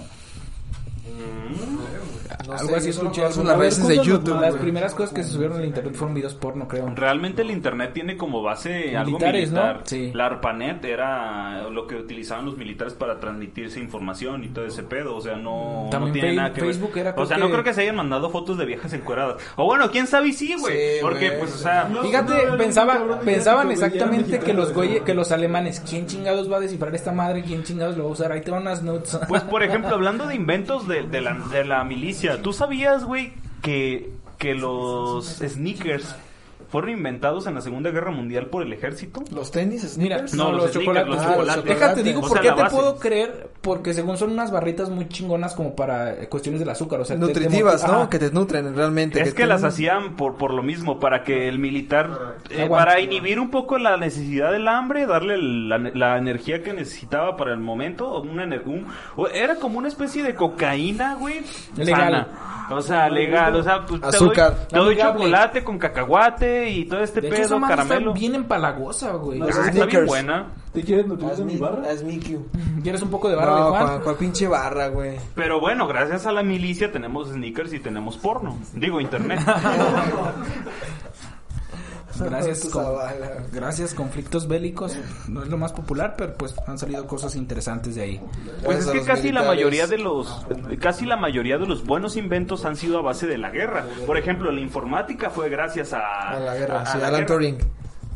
No Algo sé, así yo solo escuché. conozco alguna las vez. veces de Escúchanos, YouTube, Las güey. primeras cosas que se subieron al internet fueron videos porno, creo. Realmente el internet tiene como base algo Militares, ¿no? militar. Sí. La ARPANET era lo que utilizaban los militares para transmitirse información y todo ese pedo. O sea, no, no También tiene Fe- nada que ver. Facebook era O sea, creo no que- creo que se hayan mandado fotos de viejas encueradas. O bueno, quién sabe y sí, güey. Sí, porque, güey. pues, o sea... No, Fíjate, no, no, pensaba, cabrón, ya pensaban se te exactamente olvidaron, que los ya. güeyes, que los alemanes, ¿quién chingados va a descifrar esta madre? ¿Quién chingados lo va a usar? Ahí te van unas notes. Pues, por ejemplo, hablando de inventos de, de la, de la milicia, ¿tú sabías, güey, que, que los sneakers fueron inventados en la Segunda Guerra Mundial por el ejército? Los tenis, Mira, sneakers. no, No, los, los chocolates. sneakers, los Ah, chocolates. Déjate, digo, O ¿por sea, qué la te base. puedo creer? Porque según son unas barritas muy chingonas como para eh, cuestiones del azúcar, o sea... te- te nutritivas, motiva- ¿no? Ajá. Que te nutren realmente. Es que las tienen- hacían por, por lo mismo, para que el militar, eh, Aguante. para inhibir un poco la necesidad del hambre, darle el- la, la energía que necesitaba para el momento, o una, ener- un- o- era como una especie de cocaína, güey. Legal. sana. O sea, legal, o sea, pues, te Azúcar. doy- Te doy, Amigable. chocolate con cacahuate y todo este De hecho, esa pedo, madre caramelo. está bien empalagosa, güey. Ah, Los está bien sneakers. buena. ¿Te quieres nutrir de mi barra? Haz mi Q. ¿Quieres un poco de No, barra de Juan? cuál, cuál pinche barra, güey. Pero bueno, gracias a la milicia tenemos sneakers y tenemos porno. Digo, internet. Gracias, Tu con- Zavala, güey. gracias, conflictos bélicos. No es lo más popular, pero pues han salido cosas interesantes de ahí. Gracias Pues es a que los casi la militares. mayoría de los casi la mayoría de los buenos inventos han sido a base de la guerra. Por ejemplo, la informática fue gracias a A la guerra, a- a sí, la Alan guerra. Turing.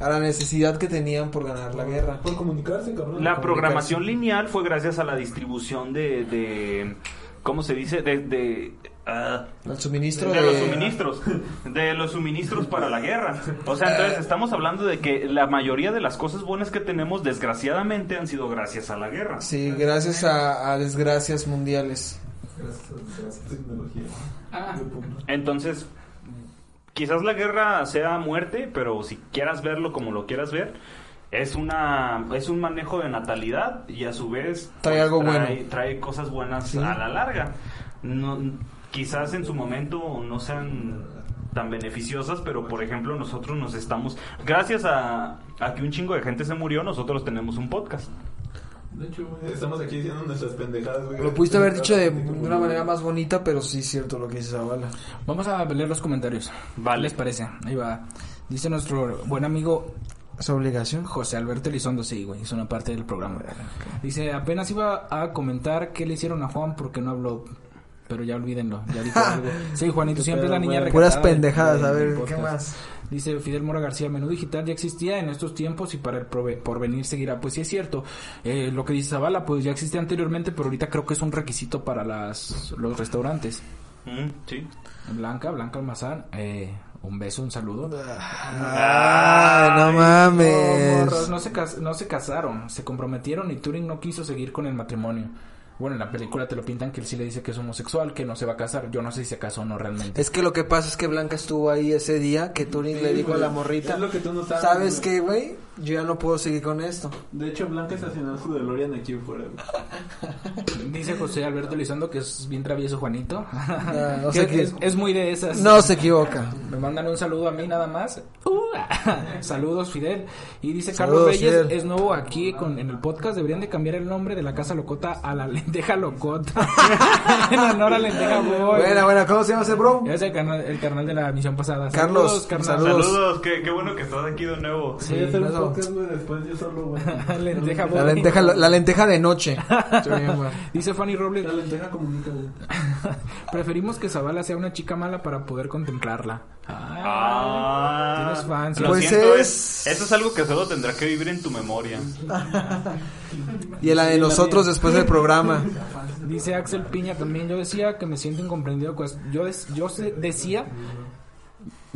A la necesidad que tenían por ganar la guerra. Por comunicarse, cabrón. La programación lineal fue gracias a la distribución de, de- ¿cómo se dice? de, de, ah, El suministro de los suministros, de los suministros para la guerra. O sea, Ah. entonces estamos hablando de que la mayoría de las cosas buenas que tenemos desgraciadamente han sido gracias a la guerra. Sí, gracias a, a desgracias mundiales. Tecnología. Entonces, quizás la guerra sea muerte, pero si quieras verlo como lo quieras ver, es una es un manejo de natalidad y a su vez pues, Trae algo trae, bueno. trae cosas buenas Sí. a la larga. No, quizás en su momento no sean tan beneficiosas, pero por ejemplo nosotros nos estamos gracias a, a que un chingo de gente se murió, nosotros tenemos un podcast. De hecho, güey, estamos aquí diciendo nuestras pendejadas, güey. Lo pudiste haber dicho de, de una manera más bonita, pero sí es cierto lo que dice Zavala. Vamos a leer los comentarios. Vale. ¿Qué les parece? Ahí va. Dice nuestro buen amigo Es obligación. José Alberto Elizondo, sí, güey, es una parte del programa. Ah, Dice, apenas iba a comentar qué le hicieron a Juan porque no habló, pero ya olvídenlo, ya dijo algo. Sí, Juanito, siempre es la niña recatada Puras del- pendejadas, a del ver, podcast. ¿qué más? Dice Fidel Mora García, menú digital ya existía en estos tiempos y para el prove- porvenir seguirá. Pues sí es cierto, Eh, lo que dice Zavala, pues ya existía anteriormente, pero ahorita creo que es un requisito para las, los restaurantes. Mm, sí. Blanca, Blanca Almazán, eh, un beso, un saludo. Ah. Ay, no No, mames. morros, no se, cas- no se casaron, se comprometieron y Turing no quiso seguir con el matrimonio. Bueno, en la película te lo pintan que él sí le dice que es homosexual, que no se va a casar. Yo no sé si se casó o no realmente. Es que lo que pasa es que Blanca estuvo ahí ese día que Turing le dijo a la morrita, Es lo que tú no sabes. güey. ¿sabes qué, güey? Yo ya no puedo seguir con esto. De hecho, Blanca estacionó su DeLorean aquí afuera. güey. Dice José Alberto Elizondo que es bien travieso Juanito. Ya, no Que sé qué- es, es muy de esas. No se equivoca. Me mandan un saludo a mí nada más. Uh, saludos, Fidel. Y dice Saludos, Carlos Reyes, Fidel. es nuevo aquí con, en el podcast. Deberían de cambiar el nombre de la Casa Locota a la Lenteja Locota. en honor a Lenteja Boy. Buena, buena, ¿cómo se llama ese bro? Es el carnal, el carnal de la misión pasada. Carlos, carnal. saludos. Saludos, qué, qué bueno que estás aquí de nuevo. Sí, Voy a hacer un claro. podcast, güey, después yo solo, güey. lenteja La boy. lenteja, la lenteja de noche. Se llama. Dice Fanny Robles, La lenteja comunica, güey. preferimos que Zavala sea una chica mala para poder contemplarla. Ah, Tienes fans. Lo Pues siento, es- es... Eso es algo que solo tendrá que vivir en tu memoria. y la de nosotros después del programa. Dice Axel Piña también, yo decía que me siento incomprendido. pues, yo, des- yo se- decía...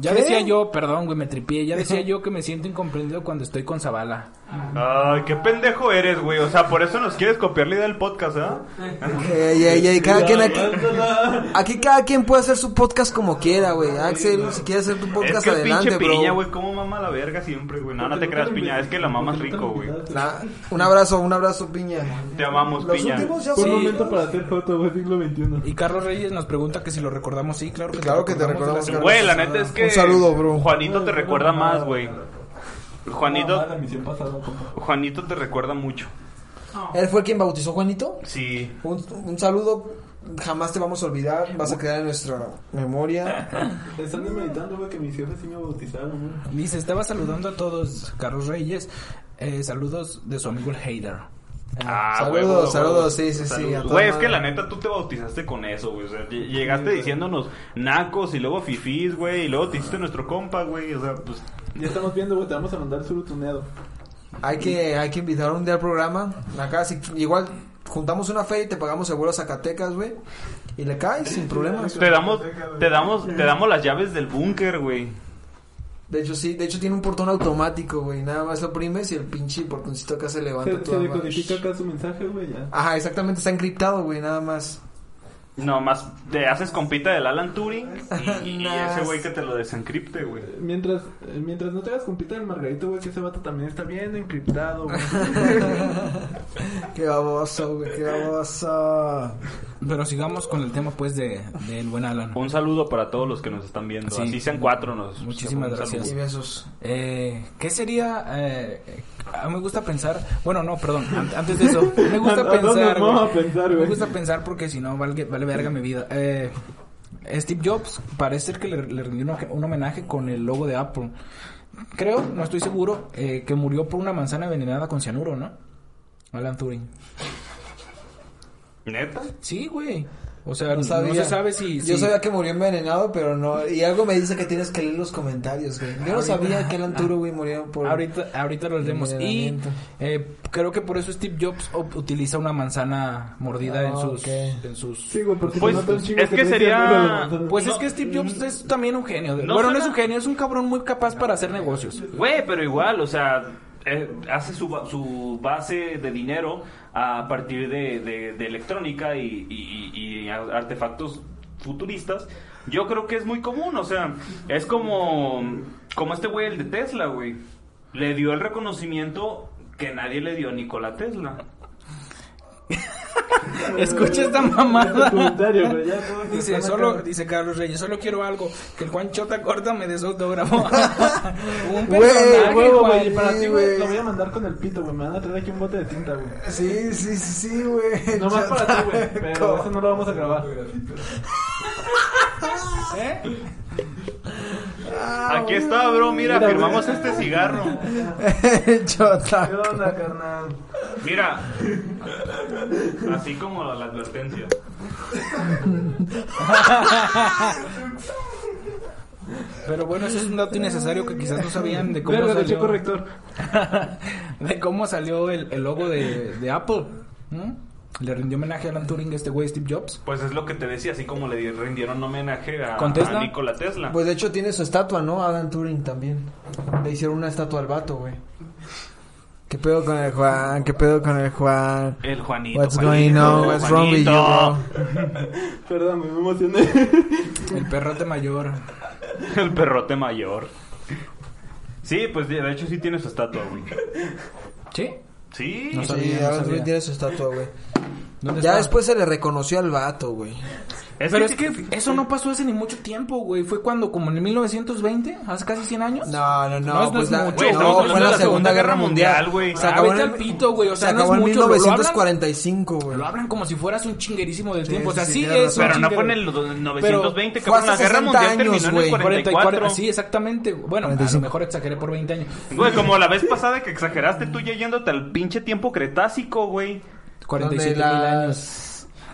Ya ¿Qué? decía yo, perdón, güey, me tripié. Ya decía yo que me siento incomprendido cuando estoy con Zavala. Ay, qué pendejo eres, güey. O sea, por eso nos quieres copiar la idea del podcast, ¿ah? Ey, ey, ey, cada quien aquí, aquí cada quien puede hacer su podcast como quiera, güey. Axel, si quieres hacer tu podcast, es que el adelante, pinche piña, bro. güey, cómo mama la verga siempre, güey. No, no te Porque creas, nunca piña, me- es que la mamas porque nunca me rico, güey. invitaste. Nah, un abrazo, un abrazo, piña. Te amamos, Los piña. últimos ya Fue son- un momento para hacer foto, güey, siglo XXI. Y Carlos Reyes nos pregunta que si lo recordamos, sí, claro que Claro que te de la- recordamos. Güey, la neta es que. Un saludo, bro. Juanito te recuerda más, güey. Ah, Juanito, la misión pasada, compa. Juanito te recuerda mucho. ¿Él fue quien bautizó a Juanito? Sí. Un, un saludo, jamás te vamos a olvidar, vas a quedar en nuestra memoria. Están meditando, güey, que mis jefes sí me bautizaron, güey. Dice, estaba saludando a todos, Carlos Reyes. Eh, saludos de su amigo el hater. Ah, saludos, huevo, huevo. saludos, sí, sí, sí, a toda Güey, es madre. que la neta tú te bautizaste con eso, güey. O sea, lle- llegaste diciéndonos nacos y luego fifís, güey. Y luego te hiciste nuestro compa, güey. O sea, pues. Ya estamos viendo, güey, te vamos a mandar suru tuneado. Hay que, hay que invitar un día al programa. Acá, si, igual, juntamos una feria y te pagamos el vuelo a Zacatecas, güey. Y le caes sin problemas. Te damos, te damos, te damos las llaves del búnker, güey. De hecho, sí, de hecho tiene un portón automático, güey. Nada más lo oprimes y el pinche portoncito acá se levanta Se, todo. se abajo. decodifica acá su mensaje, güey, ya. Ajá, exactamente, está encriptado, güey, nada más. No, más te haces compita del Alan Turing y, y Nice. ese güey que te lo desencripte, güey. Mientras, eh, mientras no te hagas compita del Margarito, güey, que ese vato también está bien encriptado, güey. Qué baboso, güey, qué baboso. Pero sigamos con el tema, pues, de, del buen Alan. Un saludo para todos los que nos están viendo. Sí. Así sean cuatro, nos. Muchísimas un gracias. Y saludo. besos. Eh, ¿Qué sería? eh, eh, a mí me gusta pensar. Bueno, no, perdón. an- Antes de eso, me ¿A gusta dónde pensar. vamos güey. a pensar, güey? Me gusta pensar porque si no, vale, vale verga mi vida. Eh, Steve Jobs parece ser que le, le rindió un, hoje- un homenaje con el logo de Apple. Creo, no estoy seguro, eh, que murió por una manzana envenenada con cianuro, ¿no? Alan Turing. ¿Neta? Sí, güey. O sea, no, sabía. se sabe si. Yo si- sabía que murió envenenado, pero no. Y algo me dice que tienes que leer los comentarios, güey. Yo no sabía que Alan Turo, güey, murió por. Ah. Ahorita, ahorita lo leemos. Y envenenamiento. eh, creo que por eso Steve Jobs op- utiliza una manzana mordida en Ah, sus. ok. En sus Sí, güey, porque Pues, se nota un chingo es que trae sería- cianuro de manzana. Pues No, es que Steve Jobs es también un genio. no bueno, no suena- es un genio, es un cabrón muy capaz para hacer negocios. Güey, pero igual, o sea, eh, hace su, ba- su base de dinero a partir de, de- de electrónica y, y- y- y a- artefactos futuristas. Yo creo que es muy común, o sea, es como, como este güey, el de Tesla, güey. Le dio el reconocimiento que nadie le dio a Nikola Tesla. Escucha esta Tu mamada. comentario, güey, ya, todos Dice, están solo, acá. dice Carlos Reyes, solo quiero algo, que el Juan Chota corta me desautógrafo. un Güey, personaje, Huevo, Juan. güey, y para sí, ti, güey, güey. lo voy a mandar con el pito, güey. Me van a traer aquí un bote de tinta, güey. Sí, sí, sí, sí, güey. No más para ti, güey. Pero eso no lo vamos a grabar. ¿Eh? Ah, Aquí está, bro, mira, Mira, firmamos güey. este cigarro. ¿Qué Chota. onda, carnal? Mira, así como la advertencia. Pero bueno, ese es un dato innecesario que quizás no sabían de cómo Verga, de salió. hecho, corrector. de cómo salió el, el logo de, de Apple. ¿Mm? Le rindió homenaje a Alan Turing este güey Steve Jobs. Pues es lo que te decía, así como le di- rindieron homenaje a, ¿Con Tesla? a Nikola Tesla. Pues de hecho tiene su estatua, ¿no? Alan Turing también. Le hicieron una estatua al vato, güey. ¿Qué pedo con el Juan? ¿Qué pedo con el Juan? El Juanito. What's Juanito, going on? What's wrong with you, Juanito. bro? Perdón, me emocioné. El perrote mayor. El perrote mayor. Sí, pues de de hecho sí tiene su estatua, güey. ¿Sí? Sí. No Sí, sabía, no ahora sabía. tiene su estatua, güey. ¿Dónde Ya está? después se le reconoció al vato, güey. Es Pero que- es que eso no pasó hace ni mucho tiempo, güey. Fue cuando, como en 1920, hace casi 100 años. No, no, no. No, no pues es la- mucho. no, Güey, estamos hablando fue de la Segunda Guerra Mundial, güey. Se Ah, acabó vete en- al pito, güey. O sea, se no es acabó en mucho, lo- lo hablan- 1945, güey. Lo hablan como si fueras un chinguerísimo del Sí, tiempo. O sea, sí, sí, tienes es razón. un Pero no chinguero. fue en el do- 920, Pero fue cabrón. La hace guerra 60 mundial años, terminó en el güey. 44. Sí, exactamente. Bueno, a lo 45. mejor exageré por 20 años. Güey, como la vez pasada que exageraste tú ya yéndote al pinche tiempo cretácico, güey. 47 mil Donde las- años.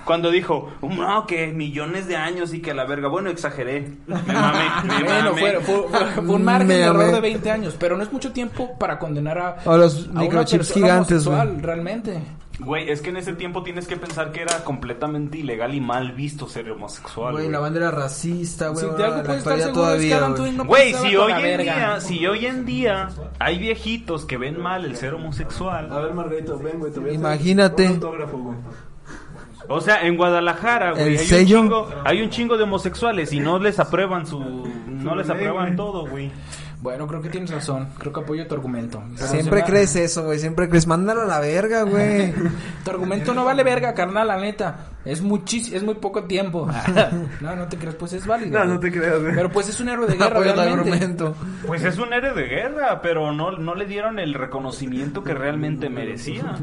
Cuando dijo, no, que millones de años y que la verga. Bueno, exageré. Me mamé, me Bueno, mamé. fue, fue- fue- fue un margen Me de error amé. de 20 años, pero no es mucho tiempo para condenar a, A los una microchips persona gigantes, homosexual, güey. Realmente. Güey, es que en ese tiempo tienes que pensar que era completamente ilegal y mal visto ser homosexual. Güey, la bandera racista, güey. Si de bueno, algo en la puedes estar actualidad seguro es que todavía, Adam güey. Turing no Güey, pensaba si con hoy la en verga. día, si hoy en día hay viejitos que ven mal el ser A homosexual. ver, Margarito, ven, güey. te voy a hacer Imagínate. Un autógrafo, güey. O sea, en Guadalajara, güey, ¿El hay sello? un chingo, hay un chingo de homosexuales y no les aprueban su no les aprueban todo, güey. Bueno, creo que tienes razón. Creo que apoyo tu argumento. Pero Siempre se me- crees eso, güey. Siempre crees. Mándalo a la verga, güey. Tu argumento no vale verga, carnal, la neta. Es muchis, es muy poco tiempo. no, no te creas, pues es válido. No, no te creas, güey. Pero pues es un héroe de guerra, Apoyo tu realmente. argumento. Pues es un héroe de guerra, pero no no le dieron el reconocimiento que realmente merecía.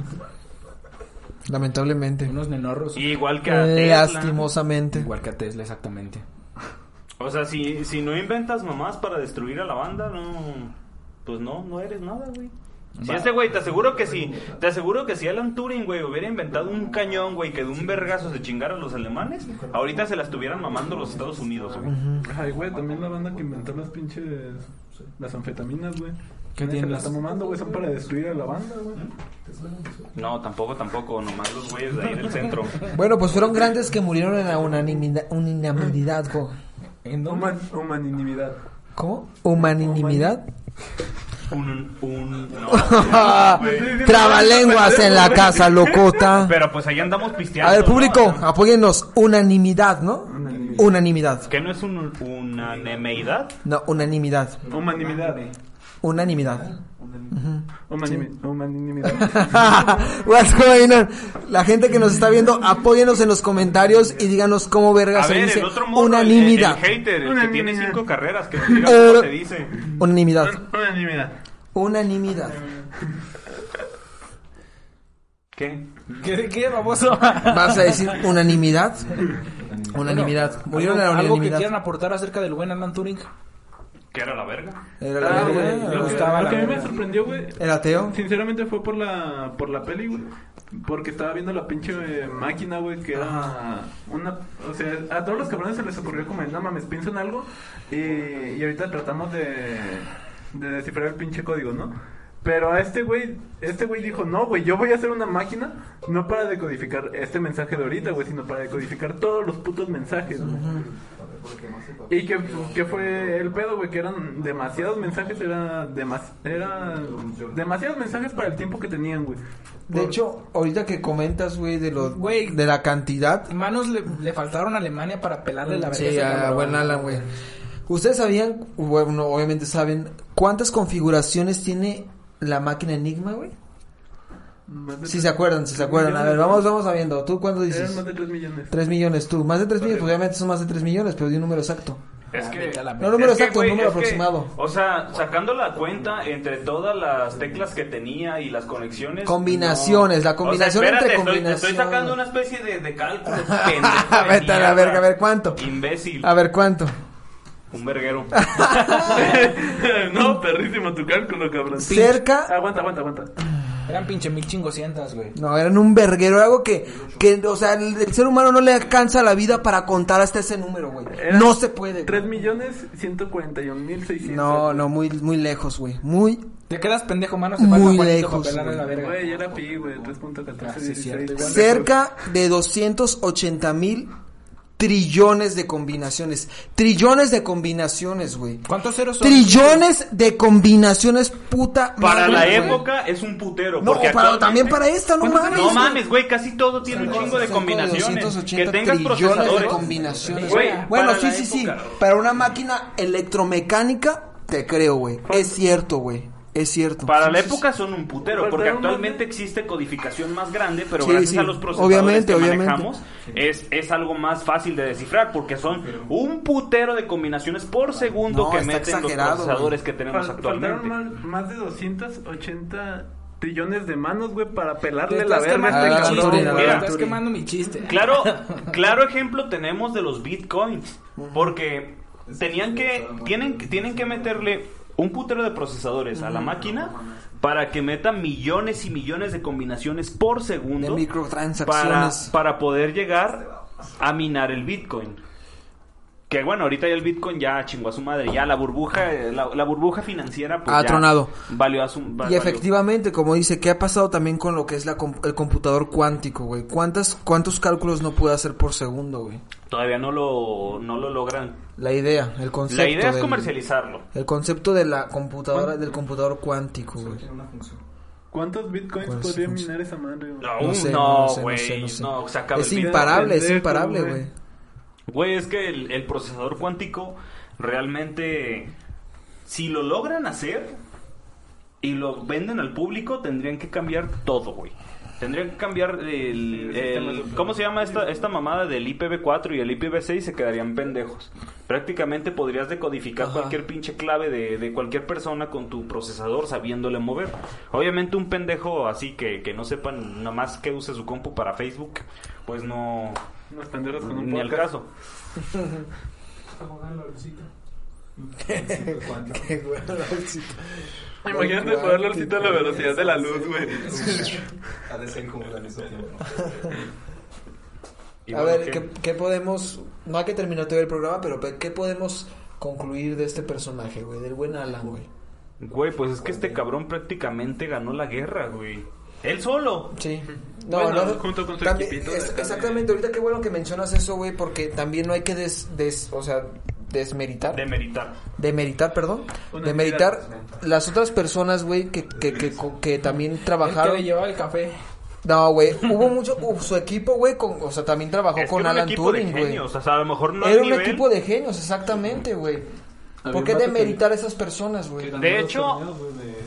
Lamentablemente. Eh, Unos nenorros. Y igual que a Tesla. Lastimosamente. Igual que a Tesla, exactamente. O sea, si, si no inventas mamás para destruir a la banda, no. Pues no, no eres nada, güey. Si Va. ese güey, te aseguro que sí. Te aseguro que si Alan Turing, güey, hubiera inventado un cañón, güey, que de un vergazo se chingara a los alemanes, ahorita se la estuvieran mamando los Estados Unidos, güey. Ay, güey, también la banda que inventó las pinches. Las anfetaminas, güey. ¿Qué Nadie se tienes? las está mamando, güey. Son para destruir a la banda, güey. No, tampoco, tampoco. Nomás los güeyes de ahí del centro. Bueno, pues fueron grandes que murieron en la unanimidad, unanimidad güey. ¿En dónde? Human, humanidad. ¿Cómo? ¿Humananimidad? Un. un no. Trabalenguas en la casa, locota. Pero pues ahí andamos pisteando. A ver, ¿no? público, apóyennos. Unanimidad, ¿no? Unanimidad. ¿Qué no es un, unanimidad? No, unanimidad. Humanidad. Unanimidad. Humanimi- Humanidad. What's going on? La gente que nos está viendo, apóyenos en los comentarios y díganos cómo verga A se ver, dice el otro modo, unanimidad. El, hater, el que tiene Unanimidad. cinco carreras, que nos diga cómo se dice. Unanimidad. Humanidad. Unanimidad. ¿Qué? ¿Qué, qué baboso? ¿Vas a decir unanimidad? Unanimidad. Murieron en la ¿Algo, algo que quieran unanimidad. aportar acerca del buen Alan Turing. ¿Qué era la verga? Era Eh, la Ah, verga, güey. era Lo que, la- gustaba lo que a la mí me verdad. sorprendió, güey. ¿Era ateo? Sinceramente fue por la por la peli, güey. Porque estaba viendo la pinche eh, máquina, güey, que era una... O sea, a todos los cabrones se les ocurrió como, no mames, pienso en algo y, y ahorita tratamos de, de descifrar el pinche código, ¿no? Pero a este güey, este güey dijo, no, güey, yo voy a hacer una máquina no para decodificar este mensaje de ahorita, güey, sino para decodificar todos los putos mensajes, güey. Y que, que fue el pedo, güey, que eran demasiados mensajes, era, demas, era demasiados mensajes para el tiempo que tenían, güey. De hecho, ahorita que comentas, güey, de lo Güey. de la cantidad. Manos le, le faltaron a Alemania para pelarle la verga. a Sí, ese a cabrón. buen Alan, güey. ¿Ustedes sabían, bueno, obviamente saben, cuántas configuraciones tiene la máquina Enigma, güey? Más de Si tres- se acuerdan, si se acuerdan. A ver, vamos, vamos sabiendo. ¿Tú cuánto Eran dices? más de 3 millones. 3 millones, tú. Más de 3 millones, pues obviamente son más de 3 millones, pero di un número exacto. Es Ah, que... vete a la No, número es que, exacto, güey, número es que, aproximado. o sea, sacando la cuenta entre todas las teclas que tenía y las conexiones. Combinaciones, la combinación O sea, espérate, entre estoy- te Estoy, combinaciones. sacando una especie de, de cálculo. pendejo de Vete a la mierda. verga, a ver cuánto. Imbécil. A ver cuánto. Un verguero. no, perrísimo tu cálculo, cabrón. Cerca. Aguanta, aguanta, aguanta. Eran pinche 1500, güey. No, eran un verguero, algo que, que o sea, el, el ser humano no le alcanza la vida para contar hasta ese número, güey. Eran No se puede. 3 millones 141 mil 600. No, no, muy, muy lejos, güey. Muy Te quedas pendejo, manos te falta Muy Juanito lejos, para pelarle la verga. Güey, era pi, güey, 3.14. Ah, sí, cierto. cerca de 280 mil trillones de combinaciones. Trillones de combinaciones, güey. ¿Cuántos ceros son? Trillones de combinaciones, puta Para madre, la güey. época es un putero. No, porque o para- actualmente- también para esta, no ¿Cuántos- mames. No güey. mames, güey, casi todo tiene un chingo de Son como combinaciones. 280 Que tengas trillones de procesadores. combinaciones. Güey, bueno, para sí, la sí, sí. época. Para una máquina electromecánica, te creo, güey. Es cierto, güey. Es cierto. Para Sí, la sí, sí. época son un Pues, putero, porque Pero, actualmente ¿dónde? existe codificación más grande, pero Sí, gracias sí. a los procesadores Obviamente, que obviamente. manejamos es, es algo más fácil de descifrar, porque son un putero de combinaciones por segundo No, que está meten los exagerado, procesadores güey. que tenemos Fal- actualmente. Faltaron más, más de 280 trillones de manos, güey, para Te pelarle la estás verga a quemando este mi cabrón, chiste, la güey. verga. Estás quemando mi chiste. Claro, claro ejemplo tenemos de los bitcoins, porque tenían que tienen tienen que meterle un putero de procesadores a la máquina para que meta millones y millones de combinaciones por De segundo para microtransacciones. para poder llegar a minar el bitcoin. Que bueno, ahorita ya el Bitcoin ya chingó a su madre, ya la burbuja, eh, la, la burbuja financiera pues Ha ya tronado. Valió a su va- Y valió. efectivamente, como dice, ¿qué ha pasado también con lo que es la com- el computador cuántico, güey? ¿Cuántas, ¿Cuántos cálculos no puede hacer por segundo, güey? Todavía no lo no lo logran. La idea, el concepto. La idea es del- comercializarlo. El concepto de la computadora, del computador cuántico, güey. ¿Cuántos bitcoins ¿Cuántos podría bitcoins? minar esa madre, güey? No, No sé, no sé, no no, sé, güey. no sé. No, se acaba Es el video. imparable, es pendejo, imparable, güey. güey. Güey, es que el, el procesador cuántico realmente, si lo logran hacer y lo venden al público, tendrían que cambiar todo, güey. Tendrían que cambiar el... el- ¿Cómo se llama esta, esta mamada del IPv4 y el IPv6? Se quedarían pendejos. Prácticamente podrías decodificar Ajá. cualquier pinche clave de, de cualquier persona con tu procesador sabiéndole mover. Obviamente un pendejo así que, que no sepan nada más que use su compu para Facebook, pues no... Unos pendejos Pues con un Ni al podcast. caso. Imagínate poder alcito a la velocidad de la luz, güey. Ha de ser como al mismo tiempo. Y A bueno, ver, ¿qué? ¿qué, qué podemos... No hay que terminar todavía el programa, pero pe- ¿qué podemos concluir de este personaje, güey? Del buen Alan, güey. Güey, pues es que este cabrón prácticamente ganó la guerra, güey. Él solo. Sí. No, Bueno, no, junto con su también- equipito es- de carne. exactamente, ahorita qué bueno que mencionas eso, güey, porque también no hay que des, des- o sea, desmeritar. De meritar. demeritar, perdón. Una demeritar las otras personas, güey, que, que, que, que también El que le trabajaron. llevaba el café. No, güey, hubo mucho, uf, su equipo, güey, con, o sea, también trabajó Es que con era un Alan equipo Turing, de güey. genios. O sea, a lo mejor no al Era un nivel. equipo de genios, exactamente, güey. ¿Por Había qué un vato demeritar a esas personas, güey? De hecho,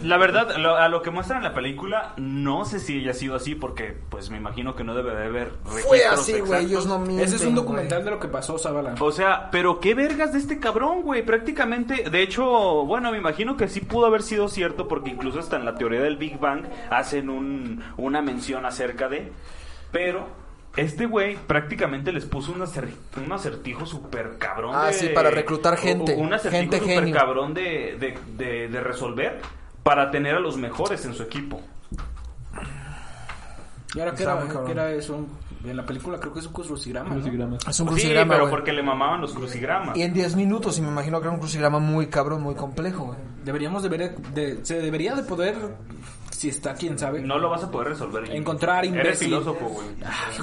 la verdad, lo- a lo que muestran en la película, no sé si haya sido así, porque pues me imagino que no debe de haber registros Fue así, güey, exactos. ellos no mienten. Ese es un güey. documental de lo que pasó, Zavala. O sea, pero qué vergas de este cabrón, güey. Prácticamente, de hecho, bueno, me imagino que sí pudo haber sido cierto porque incluso hasta en la teoría del Big Bang hacen un, una mención acerca de... Pero este güey prácticamente les puso un, acer- un acertijo súper cabrón. Ah, de- sí, para reclutar u- gente, Un acertijo gente súper genio. cabrón de, de- de- de resolver para tener a los mejores en su equipo. ¿Y ahora qué Está era, muy cabrón. qué era eso? En la película creo que es un crucigrama. ¿no? Es un Sí, crucigrama, pero güey. porque le mamaban los crucigramas. Y en 10 minutos, y me imagino que era un crucigrama muy cabrón, muy complejo, güey. Deberíamos de ver- de- se debería de poder, si está quién sabe. No lo vas a poder resolver. Encontrar Eres imbécil. Ah, filósofo, güey.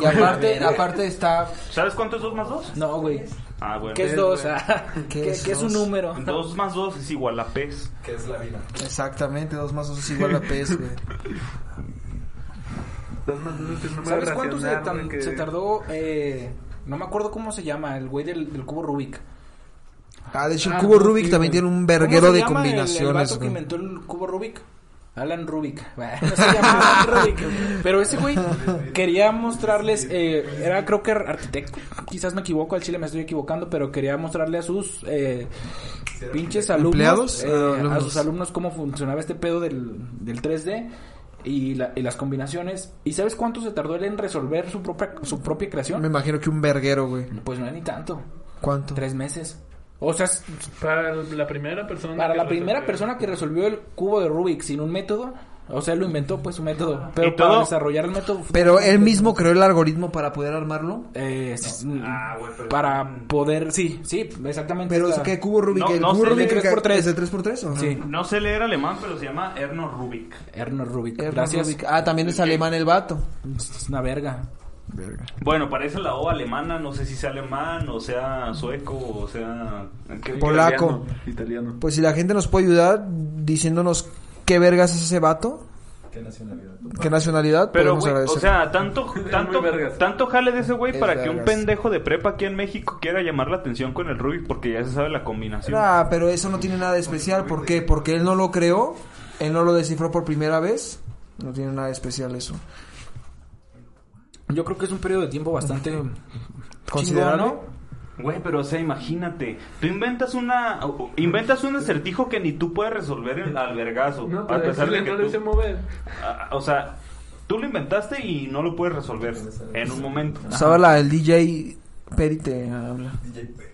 Y aparte, aparte está... ¿Sabes cuánto es 2 más 2? No, güey. Ah, bueno. ¿Qué es dos? Ah, ¿Qué ¿Qué, es qué es un dos? número? 2 más 2 es igual a pez. Que es la vida. Exactamente, 2 más 2 es igual a PES, güey. ¿Sabes cuánto se, tan- se tardó? eh, no me acuerdo cómo se llama, el güey del, del cubo Rubik. Ah, de hecho, el Ah, cubo no, Rubik sí, también güey. tiene un ¿Cómo verguero se de llama el- El, combinaciones, vato que güey. inventó el cubo Rubik. Alan Rubik. Bueno, se llama Alan Rubik. Pero ese güey quería mostrarles, eh, era creo que arquitecto, quizás me equivoco, al chile me estoy equivocando, pero quería mostrarle a sus eh, pinches ¿Empleados? alumnos, eh, Ah, alumnos. a sus alumnos cómo funcionaba este pedo del, del 3D. Y, la- y las combinaciones. ¿Y sabes cuánto se tardó él en resolver su propia, su propia Me creación? imagino que un verguero, güey. Pues no es ni tanto. ¿Cuánto? Tres meses. O sea, s- Para la primera persona. para que la lo primera resolvió. persona que resolvió el cubo de Rubik sin un método, o sea, él lo inventó pues su método, pero ¿Y para todo? desarrollar el método fue- Pero él mismo creó el algoritmo para poder armarlo. eh, s- para poder sí, sí, exactamente. Pero es esta- que cubo Rubik, No, el no cubo sé, Rubik de que- 3x3. es de 3x3, ¿o no? sí, No sé leer alemán, pero se llama Erno Rubik. Erno Rubik. Erno Gracias. Rubik. Ah, también es alemán el vato. Es una verga. Verga. Bueno, parece la O alemana, no sé si sea alemán, o sea sueco, o sea... ¿qué? Polaco. Italiano, italiano. Pues si la gente nos puede ayudar diciéndonos qué vergas es ese vato, ¿Qué nacionalidad? qué nacionalidad, Pero, podemos güey, o agradecer. sea, tanto, tanto, muy vergas. tanto jale de ese güey Es para que un vergas. pendejo de prepa aquí en México quiera llamar la atención con el Rubik porque ya se sabe la combinación. Ah, pero eso no tiene nada de especial. ¿Por qué? Porque él no lo creó, él no lo descifró por primera vez. No tiene nada de especial eso. Yo creo que es un periodo de tiempo bastante Considerable. chingón, Güey, pero o sea, imagínate, tú inventas una inventas un acertijo que ni tú puedes resolver en el albergazo, No, a pero pesar de que no le sé tú, mover. ah, o sea, tú lo inventaste y no lo puedes resolver en un momento. Estaba la el DJ Peri te habla. DJ Perry.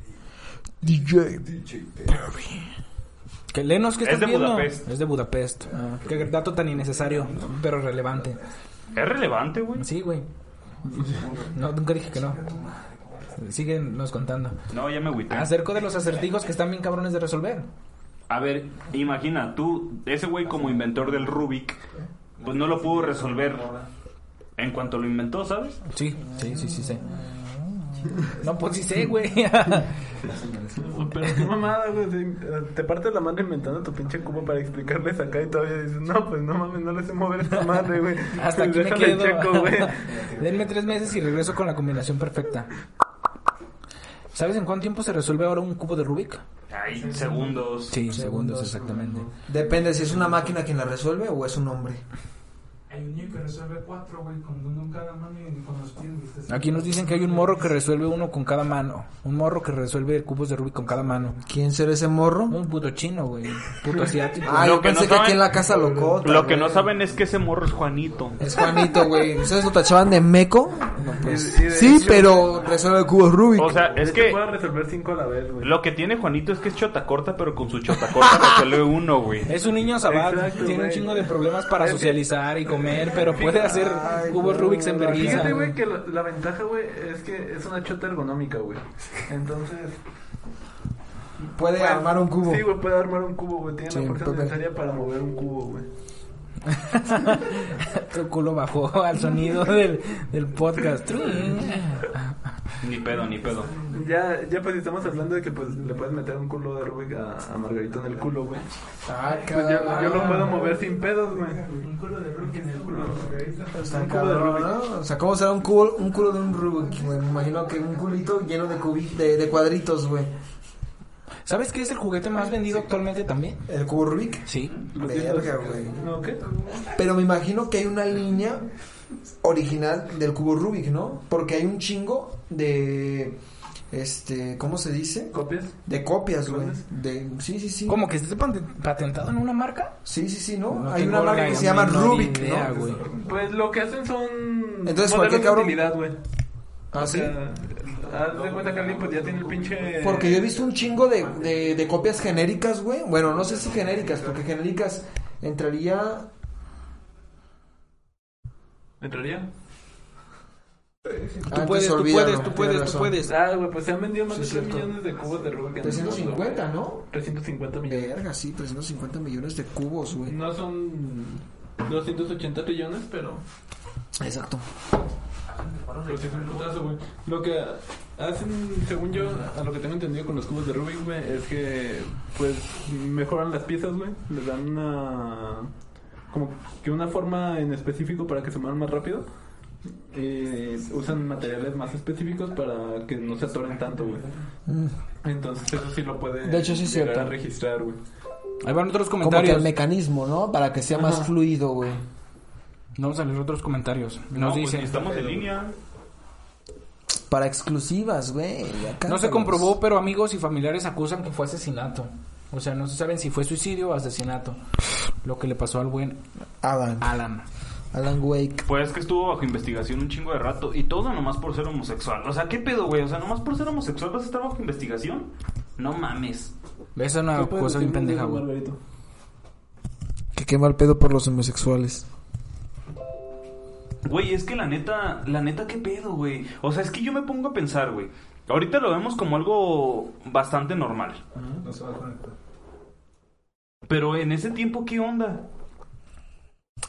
DJ. DJ Perry. Que Lenos, ¿qué Es estás de viendo? Budapest. Es de Budapest. Ah, qué dato tan innecesario, pero relevante. Es relevante, güey. Sí, güey. No, nunca dije que no. Siguen nos contando. No, ya me agüité. Acerca de los acertijos que están bien cabrones de resolver. A ver, imagina, tú, ese güey como inventor del Rubik, pues no lo pudo resolver en cuanto lo inventó, ¿sabes? Sí, sí, sí, sí, sé. No, pues sí sé, güey. Pero qué mamada, güey. sí, Te partes la madre inventando tu pinche cubo para explicarles acá y todavía dices, no, pues no mames, no le sé mover esta madre, güey. Hasta aquí me Déjale quedo. checo, güey. Denme tres meses y regreso con la combinación perfecta. ¿Sabes en cuánto tiempo se resuelve ahora un cubo de Rubik? Ay, segundos. Sí, segundos exactamente. Depende si es una máquina quien la resuelve o es un hombre. El niño que resuelve cuatro, güey, con uno en cada mano y con los pies, güey. Este- Aquí nos dicen que hay un morro que resuelve uno con cada mano. Un morro que resuelve cubos de Rubik con cada mano. ¿Quién será ese morro? Un puto chino, güey. Puto asiático. Ah, Lo yo que pensé no que aquí saben- en la casa locota. Lo que güey. no saben es que ese morro es Juanito. Es Juanito, güey. ¿Ustedes lo tachaban de meco? No, pues. Y- y de sí, hecho- pero resuelve cubos Rubik. O sea, es Te que puedo resolver cinco a la vez, güey. lo que tiene Juanito es que es chota corta, pero con su chota corta resuelve uno, güey. Es un niño sabad, Exacto, tiene un güey. chingo de problemas para socializar y comer, pero puede hacer cubos Rubik's en vergüenza. Fíjate, güey, que la, la ventaja, güey, es que es una chota ergonómica, güey. Entonces, Puede güey, armar un cubo. Sí, güey, puede armar un cubo, güey. Tiene Sí, la fuerza total. necesaria para mover un cubo, güey. Tu culo bajó al sonido del, del podcast. Trin. Ni pedo, ni pedo. Ya, ya, pues estamos hablando de que pues le puedes meter un culo de Rubik a, a Margarito en el culo, güey. Ah, Pues yo, yo lo puedo mover sin pedos, güey. Un culo de Rubik en el culo, güey. Está cabrón, ¿no? O sea, ¿cómo será un culo, un culo de un Rubik? güey? Me imagino que un culito lleno de, cubi- de, de cuadritos, güey. ¿Sabes qué es el juguete más vendido actualmente también? ¿El cubo Rubik? Sí. Verga, güey. ¿No qué? Pero me imagino que hay una línea original del cubo Rubik, ¿no? Porque hay un chingo de... Este, ¿cómo se dice? ¿Copias? De copias, güey. De, sí, sí, sí. Como que esté patent- patentado en una marca. Sí, sí, sí, ¿no? No hay tengo una marca la que se llama menor Rubik, idea, ¿no? güey. Pues lo que hacen son. Entonces, modelos cualquier de cabrón- utilidad, güey. Ah, O sí. sea, haz de cuenta que alguien pues ya tiene el pinche. Porque yo he visto un chingo de, de, de copias genéricas, güey. Bueno, no sé si genéricas, porque genéricas entraría... ¿Entraría? Tú puedes, tú puedes, tú puedes, tú puedes. Ah, güey, pues se han vendido más Sí, de es 3 cierto. millones de cubos de Rubik. en el mundo, 350, güey. ¿no? 350 millones. Verga, sí, 350 millones de cubos, güey. No son 280 trillones, pero. Exacto. Pero sí es un putazo, güey. Lo que hacen, según yo, a lo que tengo entendido con los cubos de Rubik, güey, es que, pues, mejoran las piezas, güey. Les dan una. como que una forma en específico para que se muevan más rápido. Eh, usan materiales más específicos para que no se atoren tanto, güey. Entonces, eso sí lo pueden Mm. De hecho, sí es llegar cierto. a registrar, güey. Ahí van otros Como que comentarios. el mecanismo, ¿no? Para que sea más fluido, güey. Vamos a leer otros comentarios. No, Nos pues dicen. ni estamos en línea. Para exclusivas, güey. acá No se estamos. comprobó, pero amigos y familiares acusan que fue asesinato. O sea, no se saben si fue suicidio o asesinato. Lo que le pasó al buen Alan. Alan. Alan Wake. Pues es que estuvo bajo investigación un chingo de rato y todo nomás por ser homosexual. O sea, ¿qué pedo, güey? O sea, nomás por ser homosexual vas a estar bajo investigación. No mames. Esa es una cosa bien pendeja, güey. Que quema el pedo por los homosexuales. Güey, es que la neta, la neta, ¿qué pedo, güey? O sea, es que yo me pongo a pensar, güey. Ahorita lo vemos como algo bastante normal. No se va a conectar. Pero en ese tiempo, ¿qué onda?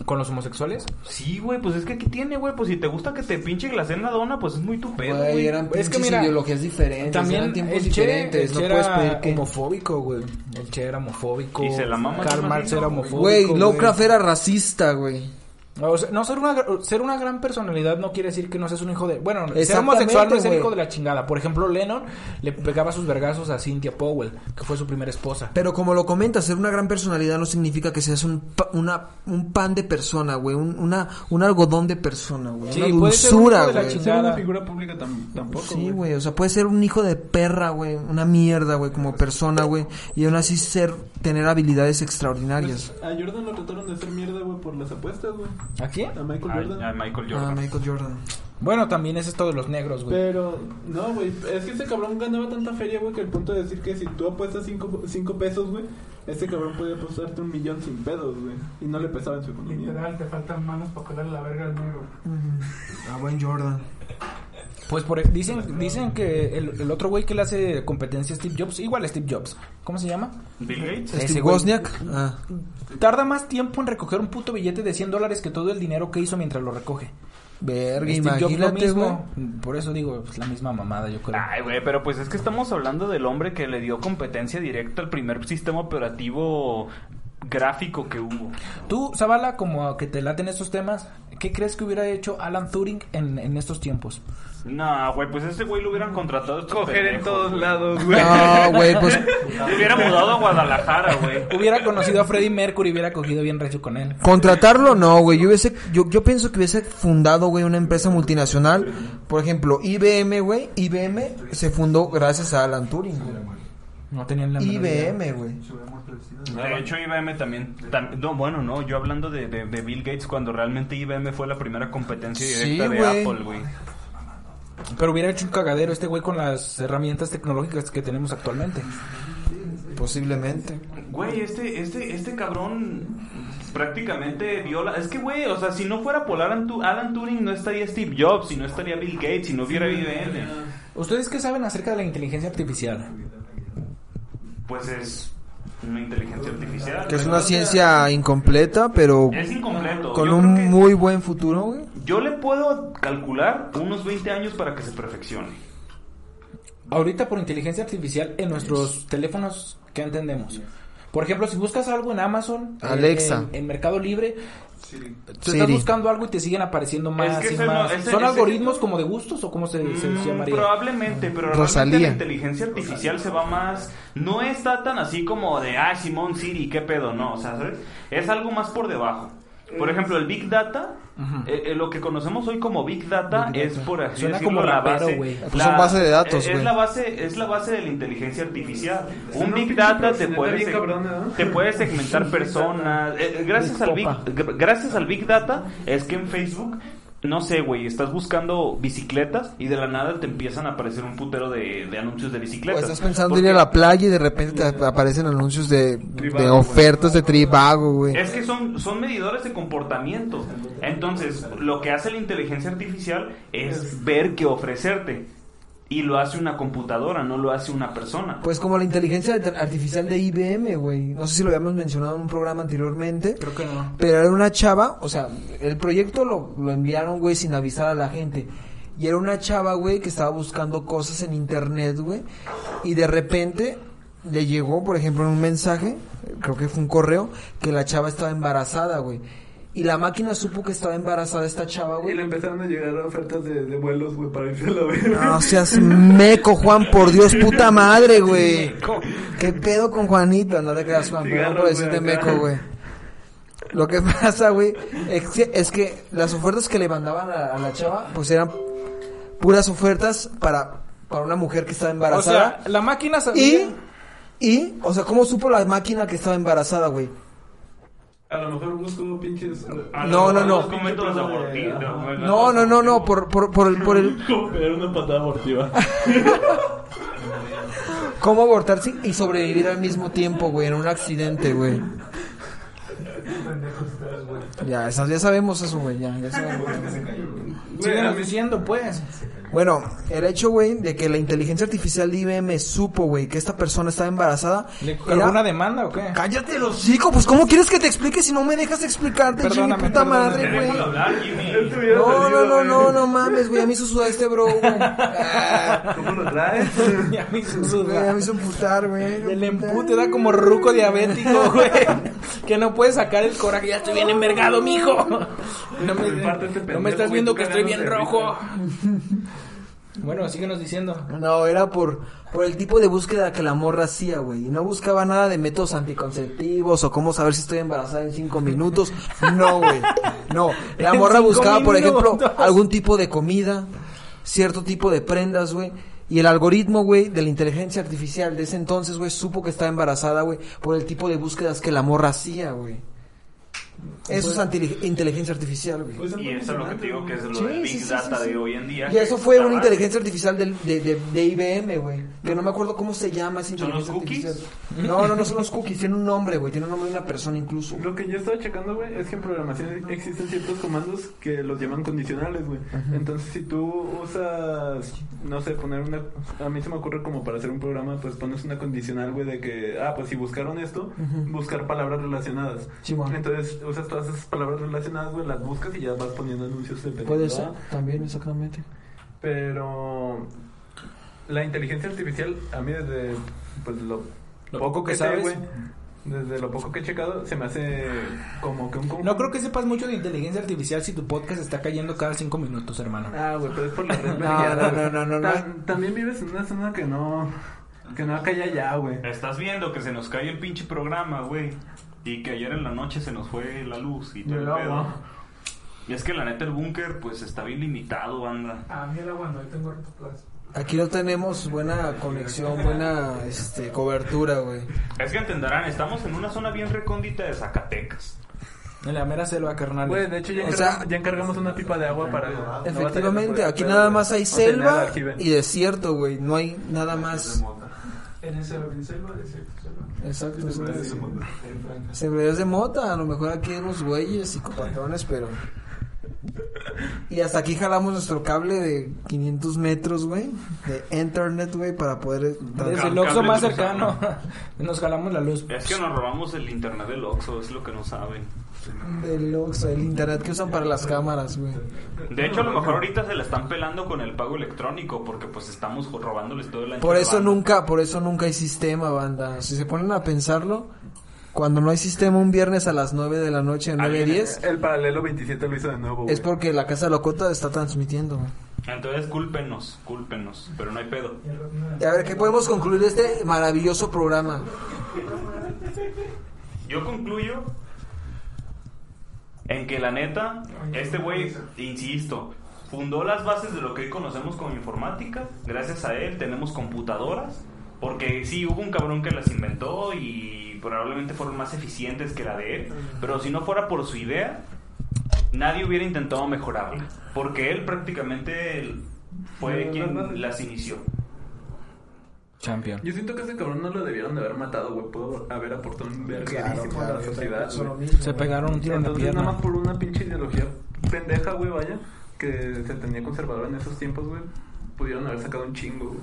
con los homosexuales? Sí, güey, pues es que ¿qué tiene, güey? Pues si te gusta que te pinche glacen la dona, pues es muy tu pedo, Güey, güey. eran Es que pinches mira, ideologías diferentes, también eran tiempos el Che- diferentes, el no Che puedes era pedir que... homofóbico, güey. El Che era homofóbico. Y se la mama Karl Chema Marx Dino, era güey. homofóbico. Güey, Lovecraft era racista, güey. O sea, no, ser una, gr- ser una gran personalidad no quiere decir que no seas un hijo de... Bueno, ser Exactamente, homosexual no es el güey. hijo de la chingada. Por ejemplo, Lennon le pegaba sus vergazos a Cynthia Powell, que fue su primera esposa. Pero como lo comentas, ser una gran personalidad no significa que seas un, pa- una, un pan de persona, güey. Un, una, un algodón de persona, güey. Sí, una puede ser un hijo dulzura, de la güey. chingada. Ser una figura pública tam- tampoco, Sí, güey. O sea, puede ser un hijo de perra, güey. Una mierda, güey, como persona, güey. Y aún así ser, tener habilidades extraordinarias. Pues, a Jordan lo trataron de hacer mierda, güey, por las apuestas, güey. ¿A quién? A Michael Ay, Jordan. ay, Michael Ah, Jordan. Michael Jordan. Bueno, también es esto de los negros, güey. Pero, no, güey, es que ese cabrón ganaba tanta feria, güey, que el punto de decir que si tú apuestas 5 pesos, güey, ese cabrón podía apostarte un millón sin pedos, güey. Y no le pesaba en su economía. Literal, te faltan manos para colarle la verga al negro. Ah, buen Jordan. Pues por, dicen, dicen que el, el otro güey que le hace competencia a Steve Jobs, igual a Steve Jobs, ¿cómo se llama? Bill Gates. Ese Steve güey. Wozniak. Ah. Tarda más tiempo en recoger un puto billete de 100 dólares que todo el dinero que hizo mientras lo recoge. Verga, Steve Jobs lo imagínate, güey. mismo. Por eso digo, es la misma mamada, yo creo. Ay, güey, pero pues es que estamos hablando del hombre que le dio competencia directa al primer sistema operativo gráfico que hubo. Tú, Zavala, como que te laten estos temas, ¿qué crees que hubiera hecho Alan Turing en, en estos tiempos? No, güey, pues este güey lo hubieran contratado. estos Coger en pendejos, todos güey. lados, güey. No, güey, pues Se hubiera mudado a Guadalajara, güey. Hubiera conocido a Freddie Mercury, hubiera cogido bien recio con él. Contratarlo no, güey. Yo, hubiese- yo, yo pienso que hubiese fundado, güey, una empresa multinacional. Por ejemplo, IBM, güey. IBM se fundó gracias a Alan Turing, güey. No tenían la menor idea. IBM, güey. De hecho, IBM también. tam- no, bueno, no, yo hablando de, de- de Bill Gates cuando realmente IBM fue la primera competencia directa Sí, de güey. Apple, güey. Pero hubiera hecho un cagadero este güey con las herramientas tecnológicas que tenemos actualmente. Posiblemente. Güey, este, este, este cabrón prácticamente viola. Es que, güey, o sea, si no fuera por Alan, Tu- Alan Turing, no estaría Steve Jobs, si no estaría Bill Gates, si no hubiera IBM. ¿Ustedes qué saben acerca de la inteligencia artificial? Pues es una inteligencia artificial. Que es una ciencia incompleta, pero Es incompleto. con Yo un creo que- muy buen futuro, güey. Yo le puedo calcular unos 20 años para que se perfeccione. Ahorita por inteligencia artificial en nuestros teléfonos, ¿qué entendemos? Por ejemplo, si buscas algo en Amazon, en- Alexa. en, en Mercado Libre, tú estás Siri. buscando algo y te siguen apareciendo Es más que y ese no- más. ese- ¿Son ese- algoritmos como de gustos o cómo se, se Mm, llamaría? Probablemente, pero Rosalía. realmente la inteligencia artificial se va más. No está tan así como de, ah, Simón Siri, qué pedo, no. O sea, ¿sabes? Es algo más por debajo. Mm. Por ejemplo, el Big Data, eh, eh, lo que conocemos hoy como Big Data, Big es Data. por así Suena decirlo, como la rapero, base. güey. Pues son base de datos, es- es, güey. la base, es la base de la inteligencia artificial. Suena Un un Big pinche Data te personaje puede, bien seg- cabrón, ¿no? te puede segmentar personas. Eh, eh, gracias, al Big, gr- gracias al Big Data es que en Facebook, no sé, güey, estás buscando bicicletas y de la nada te empiezan a aparecer un putero de, de anuncios de O bicicletas. estás pensando Porque ir a la playa y de repente te aparecen anuncios de, de Trivago, ofertas de Tribago, güey. Es que son, son medidores de comportamiento. Entonces, lo que hace la inteligencia artificial es ver qué ofrecerte. Y lo hace una computadora, no lo hace una persona. Pues como la inteligencia art- artificial de IBM, güey. No sé si lo habíamos mencionado en un programa anteriormente. Creo que no. Pero era una chava, o sea, el proyecto lo, lo enviaron, güey, sin avisar a la gente. Y era una chava, güey, que estaba buscando cosas en internet, güey. Y de repente le llegó, por ejemplo, un mensaje, creo que fue un correo, que la chava estaba embarazada, güey. Y la máquina supo que estaba embarazada esta chava, Y güey. le empezaron a llegar ofertas de, de vuelos, güey, para irse a la verga. No seas meco, Juan, por Dios, puta madre, güey. ¿Qué pedo con Juanito? No te creas, Juan, perdón por Cigarros, decirte güey, acá. meco, güey. Lo que pasa, güey, es que, es que las ofertas que le mandaban a, a la chava, pues eran puras ofertas para, para una mujer que estaba O sea, embarazada. la máquina sabía. y, y, o sea, ¿cómo supo la máquina que estaba embarazada, güey? A lo mejor busco pinches... A No, no, lo mejor no. los coméntolos abortivos, No, no, no, no, por, por, por el, por el, Pero una patada abortiva. cómo abortar sin- y sobrevivir al mismo tiempo, güey, en un accidente, güey. Ya, esas- ya sabemos eso, güey, ya, ya sabemos. Síguenos diciendo, pues. Bueno, el hecho, güey, de que la inteligencia artificial de IBM supo, güey, que esta persona estaba embarazada. ¿Le- era- ¿Alguna demanda o qué? Cállate los hijos, pues ¿cómo quieres que te explique si no me dejas explicarte, Jimmy, Perdóname, puta perdóname. madre, güey? Déjalo hablar, Jimmy. No, no, eh. no, no, no mames, güey, a mí se suda este bro, güey. Ah, ¿Cómo lo traes? Ya me hizo güey, a sudar. mí se emputar, güey. El empute da como ruco diabético, güey. Que no puede sacar el coraje. Ya estoy bien envergado, mijo. No me, Parte este no pendejo, me estás güey, viendo tú que estoy bien cagándose de rojo. Bueno, síguenos diciendo. No, era por, por el tipo de búsqueda que la morra hacía, güey. Y no buscaba nada de métodos anticonceptivos o cómo saber si estoy embarazada en cinco minutos. No, güey. No. La En morra cinco buscaba, por ejemplo, minutos. algún tipo de comida, cierto tipo de prendas, güey. Y el algoritmo, güey, de la inteligencia artificial de ese entonces, güey, supo que estaba embarazada, güey, por el tipo de búsquedas que la morra hacía, güey. Eso es antili- inteligencia artificial, güey. Y eso Pues, es lo que te digo que es lo Sí, de sí, Big sí, sí, Data sí. de hoy en día. Y que eso fue está una mal. inteligencia artificial del- de, de, de IBM, güey. Que no me acuerdo cómo se llama esa ¿Son los inteligencia cookies? artificial. No, no, no son los cookies. Tiene un nombre, güey. Tiene un nombre de una persona incluso. Lo que yo estaba checando, güey, es que en programación existen ciertos comandos que los llaman condicionales, güey. Entonces, si tú usas, no sé, poner una... A mí se me ocurre como para hacer un programa, pues pones una condicional, güey, de que, ah, pues si buscaron esto, buscar palabras relacionadas. Simón. Entonces, usas todas esas palabras relacionadas, güey, las buscas y ya vas poniendo anuncios de Puede ser. También, exactamente. Pero la inteligencia artificial, a mí desde pues, lo, Lo poco poco que, que sé, sabes. güey, desde lo poco que he checado, se me hace como que un conjunto. No creo que sepas mucho de inteligencia artificial si tu podcast está cayendo cada cinco minutos, hermano. Ah, güey, pero es por la red No, vergueada, no, güey. no, no, no, Tam- También vives en una zona que no... Que no calla ya, güey. Estás viendo que se nos cae el pinche programa, güey. Y que ayer en la noche se nos fue la luz y todo el No, pedo. no. Y es que la neta el búnker pues está bien limitado, anda. A mí el agua no, yo tengo rotoplas. Aquí no tenemos buena conexión, buena este, cobertura, güey. Es que entenderán, estamos en una zona bien recóndita de Zacatecas. En la mera selva, carnal. Güey, de hecho ya, O encargamos, sea- ya encargamos una pipa de agua para... no batallar por Efectivamente, el aquí pedo, nada güey. más hay O sea, nada, selva aquí ven. y desierto, güey. No hay nada más. En el selva, en selva, de selva, selva. Exacto. Sembradías de mota, a lo mejor aquí unos güeyes y copatrones, pero... Y hasta aquí jalamos nuestro cable de 500 metros, güey, de internet, güey, para poder... Desde el Cable Oxxo más cruzado. cercano. Nos jalamos la luz. Es que nos robamos el internet del Oxxo, es lo que no saben. Del Oxxo, el internet que usan para las cámaras, güey. De hecho, a lo mejor ahorita se la están pelando con el pago electrónico porque pues estamos jo- robándoles todo el ancho Por de eso banda. nunca, por eso nunca hay sistema, banda. Si se ponen a pensarlo, cuando no hay sistema un viernes a las 9 de la noche, 9 Alguien- 10, El paralelo 27 lo hizo de nuevo, güey. es porque la Casa Locota está transmitiendo, güey. Entonces, cúlpenos, cúlpenos, pero no hay pedo. Y a ver, ¿qué podemos concluir de este maravilloso programa? Yo concluyo en que la neta, este güey, insisto, fundó las bases de lo que hoy conocemos como informática. Gracias a él tenemos computadoras, porque sí hubo un cabrón que las inventó y probablemente fueron más eficientes que la de él, pero si no fuera por su idea, nadie hubiera intentado mejorarla, porque él prácticamente él fue quien las inició. Champion. Yo siento que ese cabrón no lo debieron de haber matado, güey. Pudo haber aportado un verguerísimo a la sociedad, güey. Se pegaron un tiro en la Entonces, nada pierna. más por una pinche ideología pendeja, güey, vaya, que se tenía conservadora en esos tiempos, güey, pudieron haber sacado un chingo, güey.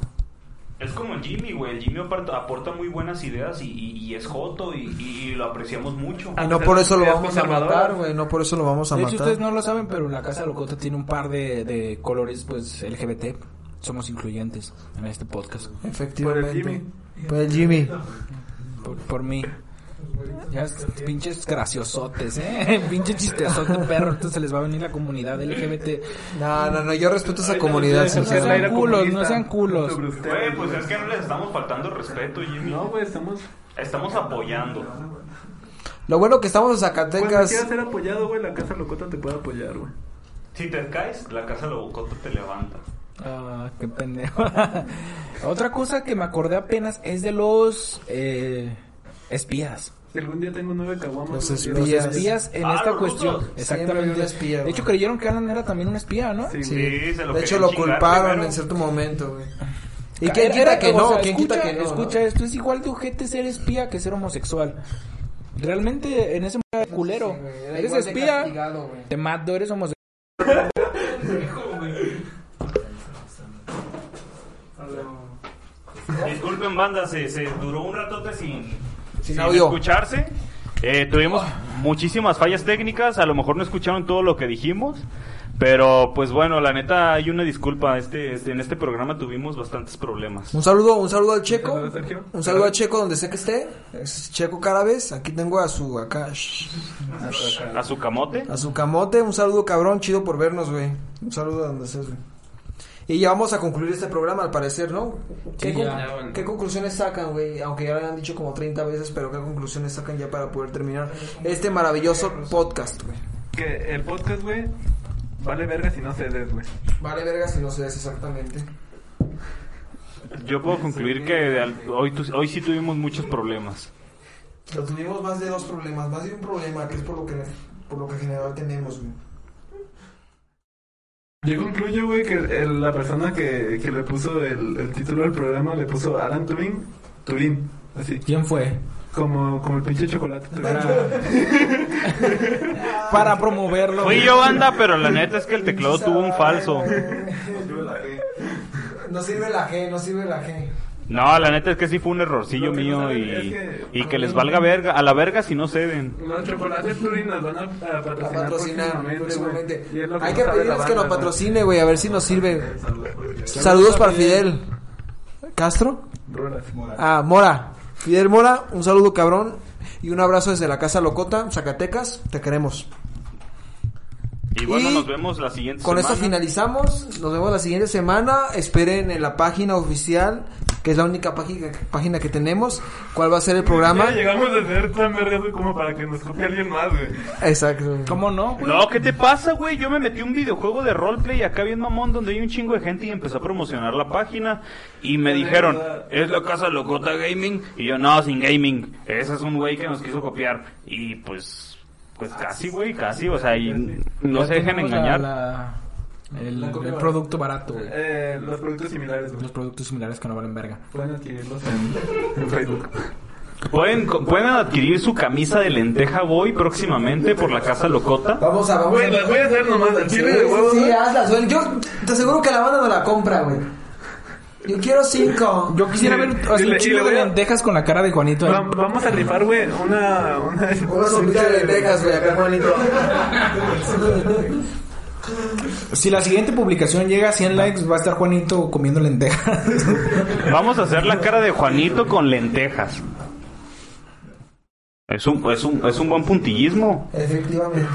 Es como el Jimmy, güey. El Jimmy aparta- aporta muy buenas ideas y, y- y es joto y, y lo apreciamos mucho. Y Ah, no por eso lo Es vamos a conservador. matar, güey. No por eso lo vamos a De hecho, matar. ustedes no lo saben, pero la Casa Locota tiene un par de, de colores, pues, LGBT. Somos incluyentes en este podcast. Efectivamente. Por el Jimmy. Por el Jimmy. Por, por mí. Ya, es- pinches graciosotes, ¿eh? Pinche chisteazote, perro. Entonces se les va a venir la comunidad LGBT. No, no, no. Yo respeto esa Ay, comunidad. no, no sinceramente. sean culos, no sean culos. Sobre ustedes, Güey, pues güey. es que no les estamos faltando el respeto, Jimmy. No, güey, estamos... Estamos apoyando. Lo bueno que estamos en Cuando Zacatecas. quieras ser apoyado, güey, la Casa Locota te puede apoyar, güey. Si te caes, la casa lobocota te levanta. Ah, qué pendejo. Otra cosa que me acordé apenas es de los eh, espías. Si algún día tengo nueve caguamas... Los güey, espías. quiero- Los Pues espías en Ah, esta los cuestión. rusos. Siempre había Exactamente. un espía, de hecho, güey. creyeron que Alan era también un espía, ¿no? Sí, Sí. güey. se lo de hecho, querían lo chingar culparon primero. en cierto momento, güey. ¿Y Era- quién quita era- que o no? sea, ¿Quién escucha, quita que no? Escucha esto, es igual de ojete ser espía que ser homosexual. Realmente, en ese momento era culero. Sí, güey, era eres igual de espía, castigado, güey. te mato, eres homosexual. disculpen, banda, se, se duró un ratote sin, Sin sin audio. escucharse. Eh, tuvimos muchísimas fallas técnicas, a lo mejor no escucharon todo lo que dijimos. Pero pues bueno, la neta hay una disculpa, este, este- en este programa tuvimos bastantes problemas. Un saludo, un saludo al Checo. saludo, Sergio. Un saludo a Checo donde sé que esté. Es Checo Carabes. Aquí tengo a su acá. shh, A su camote. A su camote. Un saludo cabrón, chido por vernos, güey. Un saludo a donde estés, güey. Y ya vamos a concluir este programa, al parecer, ¿no? ¿Qué, Sí, con- ya. qué conclusiones sacan, güey? Aunque ya lo han dicho como 30 veces, pero ¿qué conclusiones sacan ya para poder terminar este maravilloso podcast, güey? Que el podcast, güey, vale verga si no cedes, güey. Vale, verga, si no se des exactamente. Yo puedo concluir que de al- hoy, tu- hoy sí tuvimos muchos problemas. Pero tuvimos más de dos problemas, más de un problema, que es por lo que, por lo que en general tenemos, güey. Yo concluyo, güey, que el- la persona que, que le puso el, el título del programa le puso Alan Turing, Turín, así, ¿Quién fue? como, como el pinche chocolate. Turín. Para, para promoverlo. Fui güey. yo, banda, pero la neta es que el teclado tuvo un falso. No sirve la G, no sirve la G. No, la neta es que sí fue un errorcillo Lo que no mío saben es y, que- y que les valga verga, a la verga si no ceden. Los chocolates Turín nos van a, a La patrocinar, patrocinar próximamente, próximamente. güey. Y es lo Hay no que sabe la pedirles que nos banda, ¿no? patrocine, güey, a ver si nos sirve. Saludos para Fidel. ¿Castro? Rolas. Ah, Mora. Fidel Mora, un saludo cabrón. Y un abrazo desde la Casa Locota, Zacatecas. Te queremos. Y bueno, Y nos vemos la siguiente Con semana. esto finalizamos. Nos vemos la siguiente semana. Esperen en la página oficial, que es la única página, página que tenemos. ¿Cuál va a ser el programa? Ya llegamos a ser tan vergas como para que nos copie alguien más, güey. Exacto. ¿Cómo no, güey? No, ¿qué te pasa, güey? Yo me metí un videojuego de roleplay acá bien mamón donde hay un chingo de gente y empecé a promocionar la página y me dijeron, es la casa locota gaming y yo, no, sin gaming, ese es un güey que nos quiso copiar y pues, pues casi, güey, casi, o sea, y no Ya se dejen tenemos la- engañar. la- el, el producto barato, güey. Eh, los productos similares, güey. Los productos similares que no valen verga. Pueden adquirirlos en, en Facebook. Pueden, co- pueden adquirir su camisa de lenteja boy próximamente por la casa locota. Vamos a, vamos Güey, a- las voy a hacer nomás al Sí, chile de huevos, sí, güey. hazlas, güey. Yo te aseguro que la banda no la compra, güey. Yo quiero cinco. Yo quisiera ver así Y le- un y chingo le de voy a- lentejas con la cara de Juanito. ahí. Va- Vamos a rifar, güey, una... Una, Una sopita de lentejas, güey, acá, Juanito. Si la siguiente publicación llega a 100 likes, va a estar Juanito comiendo lentejas. Vamos a hacer la cara de Juanito con lentejas. Es un, es un, es un buen puntillismo. Efectivamente.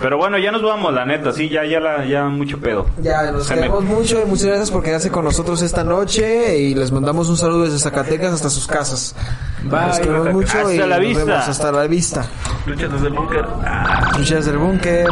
Pero bueno, ya nos vamos, la neta, sí, ya, ya, la, ya mucho pedo. Ya, los Se me- queremos mucho y muchas gracias por quedarse con nosotros esta noche y les mandamos un saludo desde Zacatecas hasta sus casas. los queremos mucho y Hasta la nos vista. vemos. hasta la vista. Lucha desde el búnker. Luchas del búnker.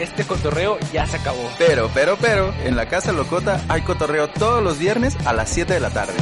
Este cotorreo ya se acabó. Pero, pero, pero, en la Casa Locota hay cotorreo todos los viernes a las 7 de la tarde.